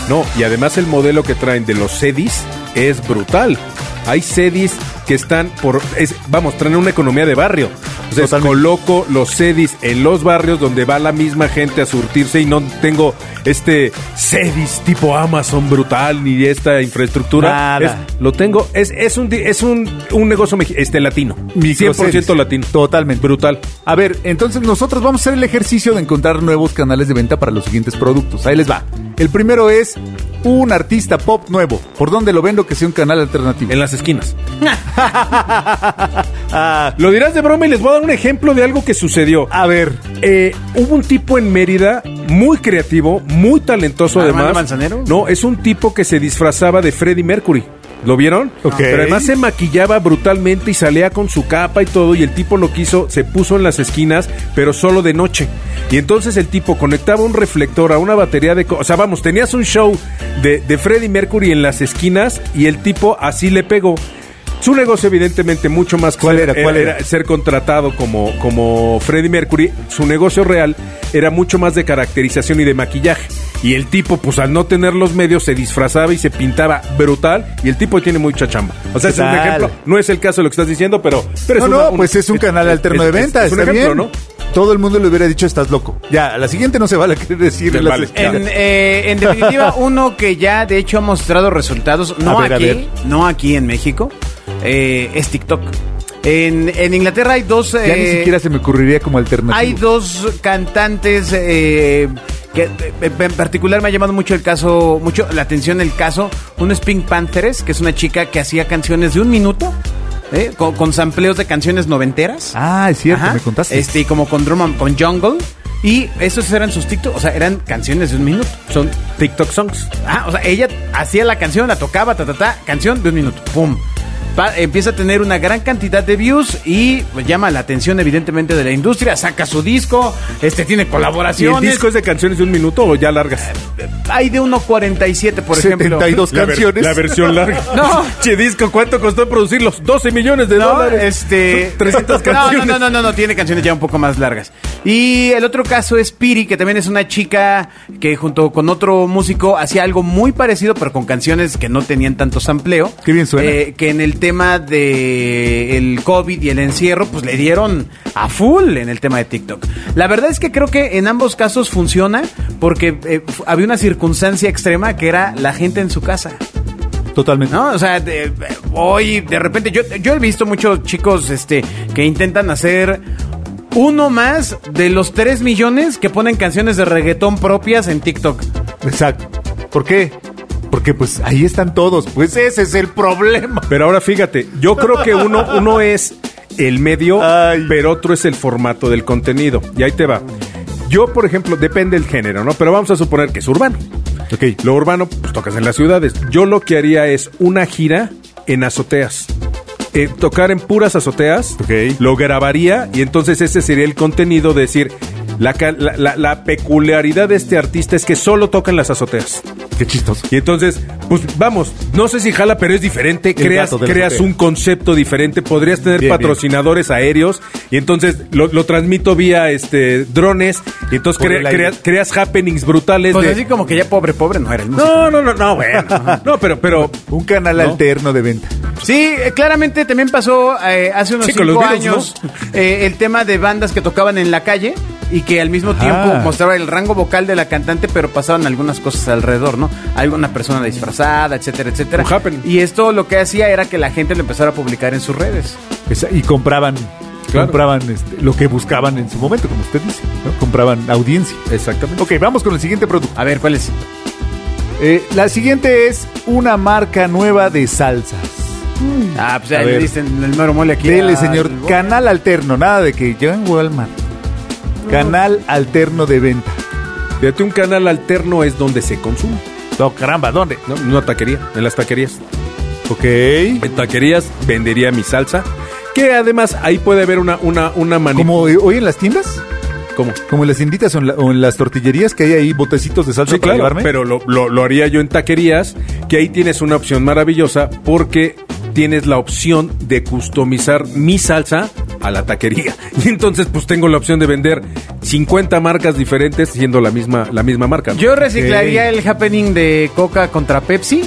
No, y además el modelo que traen de los sedis es brutal. Hay sedis que están por... es- vamos, traen una economía de barrio. O sea,
Totalmente.
coloco los sedis en los barrios donde va la misma gente a surtirse y no tengo este sedis tipo Amazon brutal ni esta infraestructura.
Nada.
Es- lo tengo... Es, es, un, di- es un, un negocio meji- este, latino.
Microseries.
100% latino.
Totalmente.
Brutal.
A ver, entonces nosotros vamos a hacer el ejercicio de encontrar nuevos canales de venta para los siguientes productos. Ahí les va. El primero es un artista pop nuevo. ¿Por dónde lo vendo que sea un canal alternativo?
En las esquinas. Lo dirás de broma y les voy a dar un ejemplo de algo que sucedió.
A ver,
Eh, hubo un tipo en Mérida muy creativo, muy talentoso
¿Armando
además.
Manzanero?
No, es un tipo que se disfrazaba de Freddie Mercury. ¿Lo vieron?
Ok.
Pero además se maquillaba brutalmente y salía con su capa y todo. Y el tipo lo quiso, se puso en las esquinas, pero solo de noche. Y entonces el tipo conectaba un reflector a una batería de. co- O sea, vamos, tenías un show de, de Freddie Mercury en las esquinas y el tipo así le pegó. Su negocio, evidentemente, mucho más
¿Cuál era? ¿Cuál era?
ser contratado como, como Freddie Mercury, su negocio real era mucho más de caracterización y de maquillaje. Y el tipo, pues al no tener los medios, se disfrazaba y se pintaba brutal. Y el tipo tiene mucha chamba. O sea,
¿Qué
es un
tal?
ejemplo. No es el caso de lo que estás diciendo, pero. pero
no,
una-
no,
un-
pues es un canal alterno de
es-
venta,
es un
está
ejemplo,
bien. Todo el mundo le hubiera dicho, estás loco. Ya, a la siguiente no se vale querer decir.
Se
en las
vale.
esquinas.
En, eh, en definitiva, uno que ya de hecho ha mostrado resultados, no
A ver, a ver.
aquí, no aquí en México, eh, es TikTok. En, en Inglaterra hay dos...
ya ni
eh,
siquiera se me ocurriría como alternativo.
Hay dos cantantes eh, que eh, en particular me ha llamado mucho el caso, mucho la atención el caso. Uno es Pink Panthers, que es una chica que hacía canciones de un minuto, eh, con, con sampleos de canciones noventeras.
Ah, es cierto,
Ajá.
me contaste.
Este, y como con Drum and- con Jungle. Y esos eran sus TikTok, o sea, eran canciones de un minuto. Son TikTok songs. Ah, o sea, ella hacía la canción, la tocaba, ta, ta, ta, canción de un minuto. ¡Pum! Pa- empieza a tener una gran cantidad de views y pues, llama la atención, evidentemente, de la industria. Saca su disco, este tiene
¿Y el
colaboraciones.
disco es de canciones de un minuto o ya largas?
Hay de 1.47, por ejemplo.
72
La ver-
canciones.
la versión larga.
No.
Che, disco, ¿cuánto costó producirlos? 12 millones de
No,
dólares.
este.
Son 300
No,
canciones.
No, no, no, no, no, tiene canciones ya un poco más largas. Y el otro caso es Piri, que también es una chica que junto con otro músico hacía algo muy parecido, pero con canciones que no tenían tanto sampleo.
Qué bien suena.
Eh, que en el tema de el COVID y el encierro, pues le dieron a full en el tema de TikTok. La verdad es que creo que en ambos casos funciona porque eh, fu- había una circunstancia extrema que era la gente en su casa.
Totalmente.
¿No? O sea, de- hoy de repente yo, yo he visto muchos chicos este, que intentan hacer uno más de los 3 millones que ponen canciones de reggaetón propias en TikTok.
Exacto. ¿Por qué? Porque pues ahí están todos. Pues ese es el problema.
Pero ahora fíjate, yo creo que uno, uno es el medio,
Ay.
pero otro es el formato del contenido. Y ahí te va. Yo, por ejemplo, depende del género, ¿no? Pero vamos a suponer que es urbano.
Ok.
Lo urbano, pues tocas en las ciudades. Yo lo que haría es una gira en azoteas. Eh, tocar en puras azoteas.
Ok.
Lo grabaría y entonces ese sería el contenido de decir. La, ca- la- la- la peculiaridad de este artista es que solo toca en las azoteas.
Qué chistoso.
Y entonces, pues vamos, no sé si jala, pero es diferente. Creas,
gato de la
creas
azotea.
un concepto diferente. Podrías tener
Bien, bien.
patrocinadores aéreos. Y entonces lo, lo transmito vía este drones. Y entonces
Por
crea-
el aire.
creas, creas happenings brutales.
Pues
de-
así como que ya pobre, pobre no era el músico.
No, no, no, no, bueno. No, pero, pero.
Un canal
¿No?
alterno de venta.
Sí, eh, claramente también pasó eh, hace unos
Sí,
cinco
con los virus,
años eh, el tema de bandas que tocaban en la calle y que al mismo tiempo mostraba el rango vocal de la cantante, pero pasaban algunas cosas alrededor, ¿no? Alguna persona disfrazada, etcétera, etcétera.
Un happening.
Y esto lo que hacía era que la gente lo empezara a publicar en sus redes.
Esa- y compraban,
Claro.
compraban este, lo que buscaban en su momento, como usted dice. ¿no? Compraban audiencia.
Exactamente.
Ok, vamos con el siguiente producto.
A ver, ¿cuál es?
Eh, la siguiente es una marca nueva de salsas.
Ah, pues
A
ahí le
ver.
dicen el mero mole aquí.
Dele,
al-
señor. Canal alterno. Nada de que yo en Walmart. Canal alterno de venta.
Fíjate, un canal alterno es donde se consume.
No, caramba, ¿dónde?
¿no? En Una taquería, en las taquerías.
Ok.
En taquerías vendería mi salsa. Que además ahí puede haber una, una, una mani-
Como eh, hoy en las tiendas,
¿Cómo?
como en las tienditas o en, la- o en las tortillerías que hay ahí botecitos de salsa
Sí,
para
claro,
llevarme.
pero lo, lo- lo haría yo en taquerías, que ahí tienes una opción maravillosa porque tienes la opción de customizar mi salsa a la taquería. Y entonces pues tengo la opción de vender 50 marcas diferentes siendo la misma, la misma marca.
Yo reciclaría el happening de Coca contra Pepsi.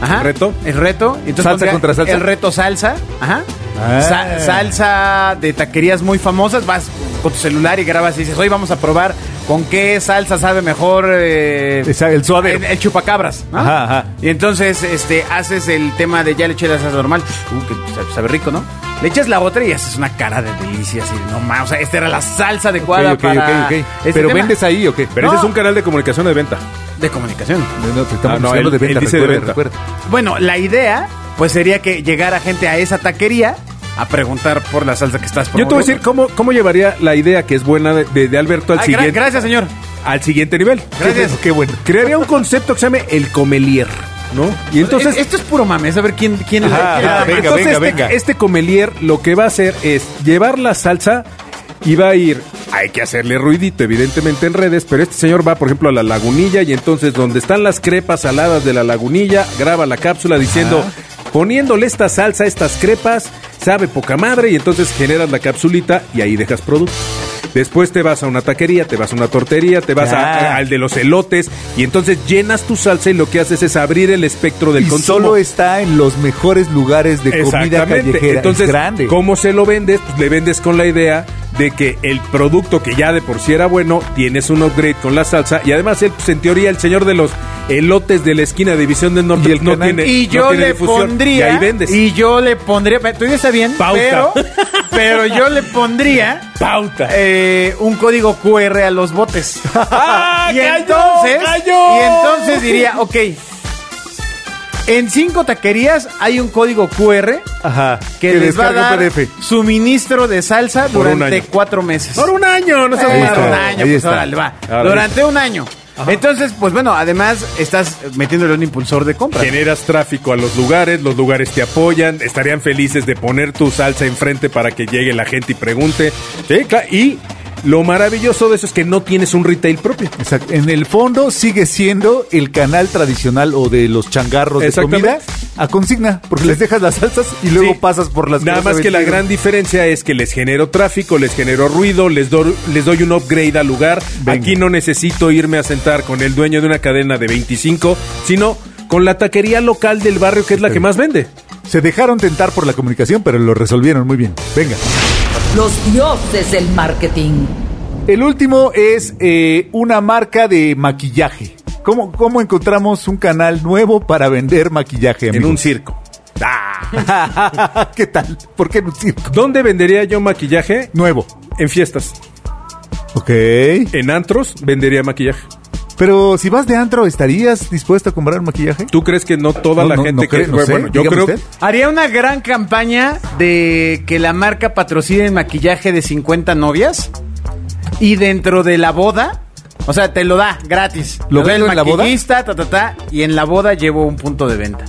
Ajá.
¿El reto?
El reto. Entonces
Salsa
pondría
contra salsa.
El reto salsa. Ajá.
Ah.
Sa- salsa de taquerías muy famosas. Vas con tu celular y grabas y dices, hoy vamos a probar con qué salsa sabe mejor. eh,
Esa- el suave.
el, el chupacabras. ¿no?
Ajá, ajá.
Y entonces este, haces el tema de ya le eché la salsa normal. Uh, que sa- sabe rico, ¿no? Le echas la otra y haces una cara de delicia. Así, de, no más. O sea, esta era la salsa adecuada
ok,
para.
ok, ok.
este
pero
tema
vendes ahí o qué?
Pero ese
No.
es un canal de comunicación o de venta.
De comunicación.
No, no, te estamos
Ah, no,
buscando
él-
de venta,
él dice de
recuerda,
venta.
recuerda.
Bueno, la idea pues sería que llegara gente a esa taquería a preguntar por la salsa que estás
Yo te voy a decir cómo, cómo llevaría la idea que es buena de, de- de Alberto al
Ah, gra-
siguiente.
gracias, señor.
Al siguiente nivel.
Gracias.
Qué bueno. Crearía un concepto que se llame el comelier, ¿no? Y entonces
esto es puro mame, es a ver quién quién
Ajá,
quién
ajá,
la-
venga,
Entonces,
venga,
este,
venga.
este comelier lo que va a hacer es llevar la salsa y va a ir. Hay que hacerle ruidito, evidentemente, en redes, pero este señor va, por ejemplo, a la lagunilla y entonces donde están las crepas saladas de la lagunilla, graba la cápsula diciendo, poniéndole esta salsa, a estas crepas, sabe poca madre y entonces generas la capsulita y ahí dejas producto. Después te vas a una taquería, te vas a una tortería, te vas a-
Ah.
a- al de los elotes y entonces llenas tu salsa y lo que haces es abrir el espectro del
y
consumo.
solo está en los mejores lugares de comida
Exactamente.
callejera.
Entonces,
es grande.
¿cómo se lo vendes? Pues le vendes con la idea de que el producto que ya de por sí era bueno, tienes un upgrade con la salsa y además él, pues, en teoría, el señor de los elotes de la esquina de División del Norte pues,
Y el
no
canal.
tiene
Y
no
yo
tiene
le
difusión.
pondría
Y ahí vendes.
y yo le pondría, tú ya está bien,
Pauta.
pero pero yo le pondría
pauta.
eh, un código QR a los botes.
¡Ah,
y
cayó,
entonces
cayó!
y entonces diría, ok. En cinco taquerías hay un código QR
Ajá.
que, les va a
descarga
dar
un PDF.
suministro de salsa
Por un
durante
año.
cuatro meses.
Por un año, no
Eh,
seas
Ahí
malo.
por un
está,
año,
ahí
pues,
está.
órale, va.
Ahora
Durante un año. Entonces, pues bueno, además estás metiéndole un impulsor de compra.
Generas tráfico a los lugares, los lugares te apoyan, estarían felices de poner tu salsa enfrente para que llegue la gente y pregunte. Sí, claro. Y lo maravilloso de eso es que no tienes un retail propio.
Exacto. En el fondo sigue siendo el canal tradicional o de los changarros de comida
Exactamente.
a consigna, porque les dejas las salsas y luego
Sí.
pasas por las
Nada
cosas
más que la gran
vendieron.
diferencia es que les genero tráfico, les genero ruido, les, do- les doy un upgrade al lugar.
Venga.
Aquí no necesito irme a sentar con el dueño de una cadena de 25, sino con la taquería local del barrio que es la que más vende.
Se dejaron tentar por la comunicación, pero lo resolvieron muy bien. Venga.
Los dioses del marketing.
El último es eh, una marca de maquillaje. ¿Cómo, ¿Cómo encontramos un canal nuevo para vender maquillaje?
En un
amigos?
circo.
¿Qué tal? ¿Por qué en un circo?
¿Dónde vendería yo maquillaje?
Nuevo.
En fiestas.
Ok.
En antros vendería maquillaje.
Pero si vas de antro, ¿estarías dispuesto a comprar maquillaje?
¿Tú crees que no toda
No,
la
no,
gente
no creo,
que
no sé.
bueno, yo
Dígame
creo
usted.
Haría una gran campaña de que la marca patrocine el maquillaje de 50 novias y dentro de la boda, o sea, te lo da gratis.
¿Lo
da
vendo en la boda?
maquillista, ta, ta, ta, y en la boda llevo un punto de venta.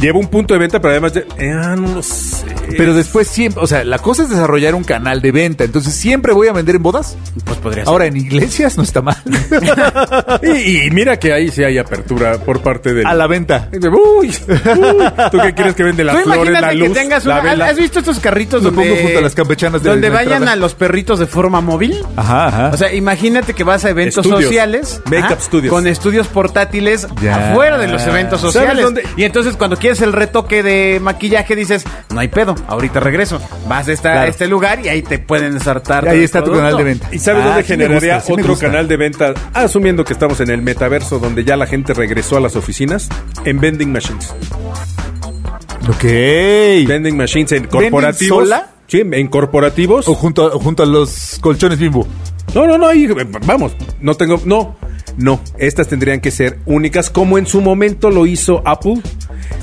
llevo un punto de venta, pero además de- Ah, no lo sé.
Pero después siempre, o sea, la cosa es desarrollar un canal de venta. Entonces, ¿siempre voy a vender en bodas?
Pues podría ser.
Ahora, en iglesias no está mal.
y, y mira que ahí sí hay apertura por parte de
a la venta.
Uy, uy, ¿Tú qué quieres que vende las
Tú
flores, la
imagínate
luz,
que tengas
la
una-
vela?
¿Has visto estos carritos
Lo
donde,
pongo junto a las campechanas de
donde
la
vayan
entrada.
a los perritos de forma móvil?
Ajá, ajá.
O sea, imagínate que vas a eventos
Estudios.
sociales.
Make-up
ajá,
studios.
Con estudios portátiles
Ya.
afuera de los eventos
¿Sabes
sociales.
dónde?
Y entonces cuando quieres el retoque de maquillaje dices, no hay pedo, ahorita regreso. Vas a, esta-
Claro.
a este lugar y ahí te pueden ensartar.
Ahí
todo
está
el
tu
producto.
canal de venta.
¿Y sabes
Ah,
dónde
sí me
generaría
gusta, sí me
otro
gusta.
canal de venta? Ah, Asumiendo que estamos en el metaverso donde ya la gente regresó a las oficinas. En vending machines.
Ok.
Vending machines en corporativos.
sola?
Sí, en corporativos.
O junto a, junto a los colchones bimbo.
No, no, no, ahí, eh, vamos, no tengo, no, no, estas tendrían que ser únicas como en su momento lo hizo Apple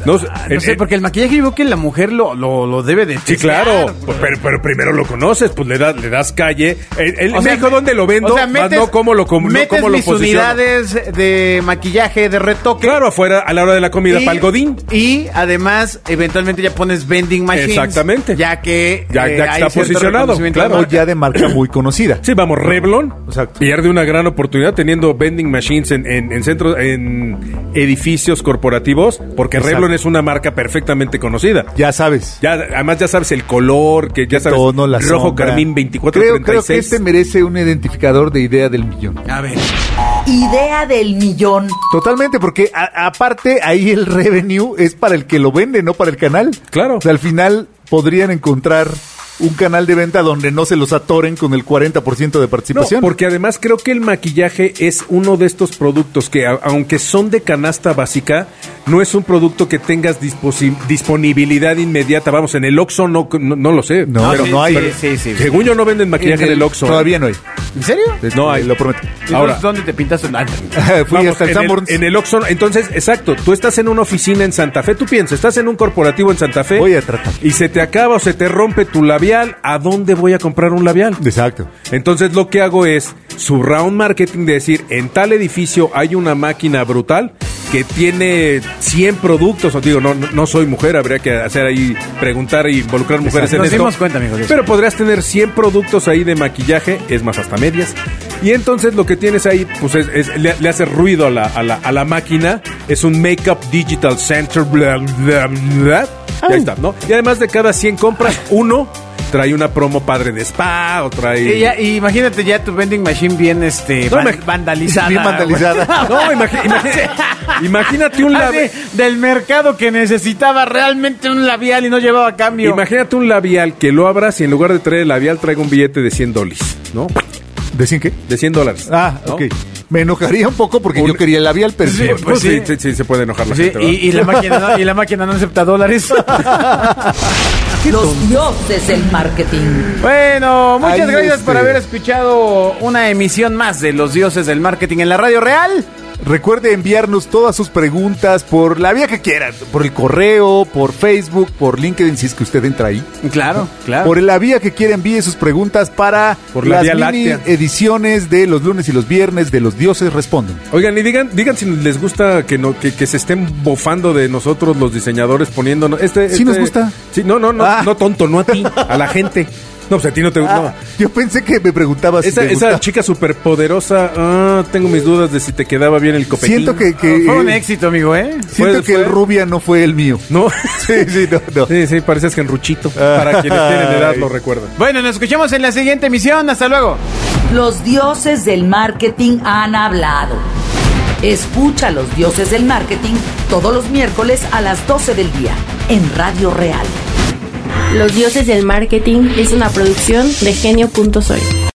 No, sé,
Ah, No
en-
sé,
en-
porque el maquillaje yo creo que la mujer lo, lo, lo debe de
Sí, claro, pues, pero, pero primero lo conoces, pues le, das le das calle. Él, él me dijo dónde lo vendo, más no cómo lo, com- no
metes
cómo lo
mis
posiciono.
unidades de maquillaje, de retoque.
Claro, afuera, a la hora de la comida, para el godín.
Y además, eventualmente ya pones vending machines.
Exactamente.
Ya que, eh,
Ya- ya que
hay
está
cierto
posicionado,
reconocimiento de
claro.
O
marca.
ya de marca muy conocida.
Sí, vamos, Revlon
Exacto.
pierde una gran oportunidad teniendo vending machines en, en- en centros, en edificios corporativos, porque
Exacto.
Revlon es una marca perfectamente conocida.
Ya sabes.
Ya, además ya sabes el color, que ya sabes
Tono, la
rojo
sombra.
carmín
creo, creo que
2436.
este merece un identificador de idea del millón.
A ver.
Idea del millón.
Totalmente, porque a- aparte ahí el revenue es para el que lo vende, no para el canal.
Claro.
O sea, al final podrían encontrar un canal de venta donde no se los atoren con el 40% de
No,
participación.
porque además creo que el maquillaje es uno de estos productos que, a- aunque son de canasta básica, no es un producto que tengas disposi- disponibilidad inmediata. Vamos, en el Oxxo no, no, no lo sé.
No, Ah,
pero
no hay.
Sí, sí, sí.
Según yo no venden maquillaje en el, Oxxo. ¿eh?
Todavía no hay. Este,
¿En serio?
No hay.
Lo prometo.
Entonces,
Ahora-
¿dónde te pintas un
Fui
Vamos,
hasta el
en
Sanborns.
En el Oxxo, entonces, exacto, tú estás en una oficina en Santa Fe, tú piensas, estás en un corporativo en Santa Fe.
Voy a tratar.
Y se te acaba o se te rompe tu labial, ¿a dónde voy a comprar un labial?
Exacto.
Entonces lo que hago es su round marketing de decir, en tal edificio hay una máquina brutal que tiene 100 productos. O digo, no, no no soy mujer, habría que hacer ahí, preguntar e involucrar mujeres
Exacto. Nos
en esto.
dimos cuenta, amigos, de eso.
Pero podrías tener 100 productos ahí de maquillaje, es más, hasta medias. Y entonces lo que tienes ahí, pues es, es- le, le hace ruido a la, a la, a la máquina. Es un Makeup Digital Center, bla, bla, bla. Y ahí está, ¿no? Y además de cada 100 compras, uno trae una promo padre de spa o trae...
Y ya- y imagínate ya tu vending machine bien este
No,
van-
imag-
vandalizada.
Bien
güey.
vandalizada.
No, imagi- imagi- imagínate un
Así,
labial.
del mercado que necesitaba realmente un labial y no llevaba cambio.
Imagínate un labial que lo abras y en lugar de traer el labial traiga un billete de 100 dólares, ¿no?
¿Decían qué?
De 100 dólares.
Ah,
¿no?
ok. Me enojaría un poco porque
Un-
yo quería el labial, pero
Sí,
no.
Pues sí,
Pues
sí, sí, se puede enojar la
Sí,
gente.
y,
¿verdad?
y la máquina no, y la máquina no acepta dólares.
Los dioses del marketing.
bueno, muchas
Ahí
gracias
este-
por haber escuchado una emisión más de Los Dioses del Marketing en la Radio Real.
Recuerde enviarnos todas sus preguntas por la vía que quieran, por el correo, por Facebook, por LinkedIn, si es que usted entra ahí.
Claro, claro.
Por la vía que quiera envíe sus preguntas para
Por
las
la Vía
mini
Láctea.
ediciones de los lunes y los viernes de los dioses responden.
Oigan, y digan, digan si les gusta que, no, que, que se estén bofando de nosotros los diseñadores poniéndonos. Este,
Sí nos
este-
gusta.
Sí, no, no, no,
Ah.
no tonto, no a ti, a la gente. No, pues a ti no te gusta.
Ah, yo pensé que me preguntabas
Esa,
si te
esa
gustaba.
chica superpoderosa, ah, tengo mis dudas de si te quedaba bien el copetín.
Siento que, que,
Ah,
Fue un
eh,
éxito, amigo, ¿eh?
siento
Fue-
que el
fue-
rubia no fue el mío.
No.
Sí, sí, no, no.
Sí, sí, pareces genruchito.
Ah.
Para quienes tienen edad lo recuerdan.
Bueno, nos escuchamos en la siguiente emisión. Hasta luego.
Los dioses del marketing han hablado. Escucha a los dioses del marketing todos los miércoles a las 12 del día en Radio Real.
Los Dioses del Marketing es una producción de genio.soy.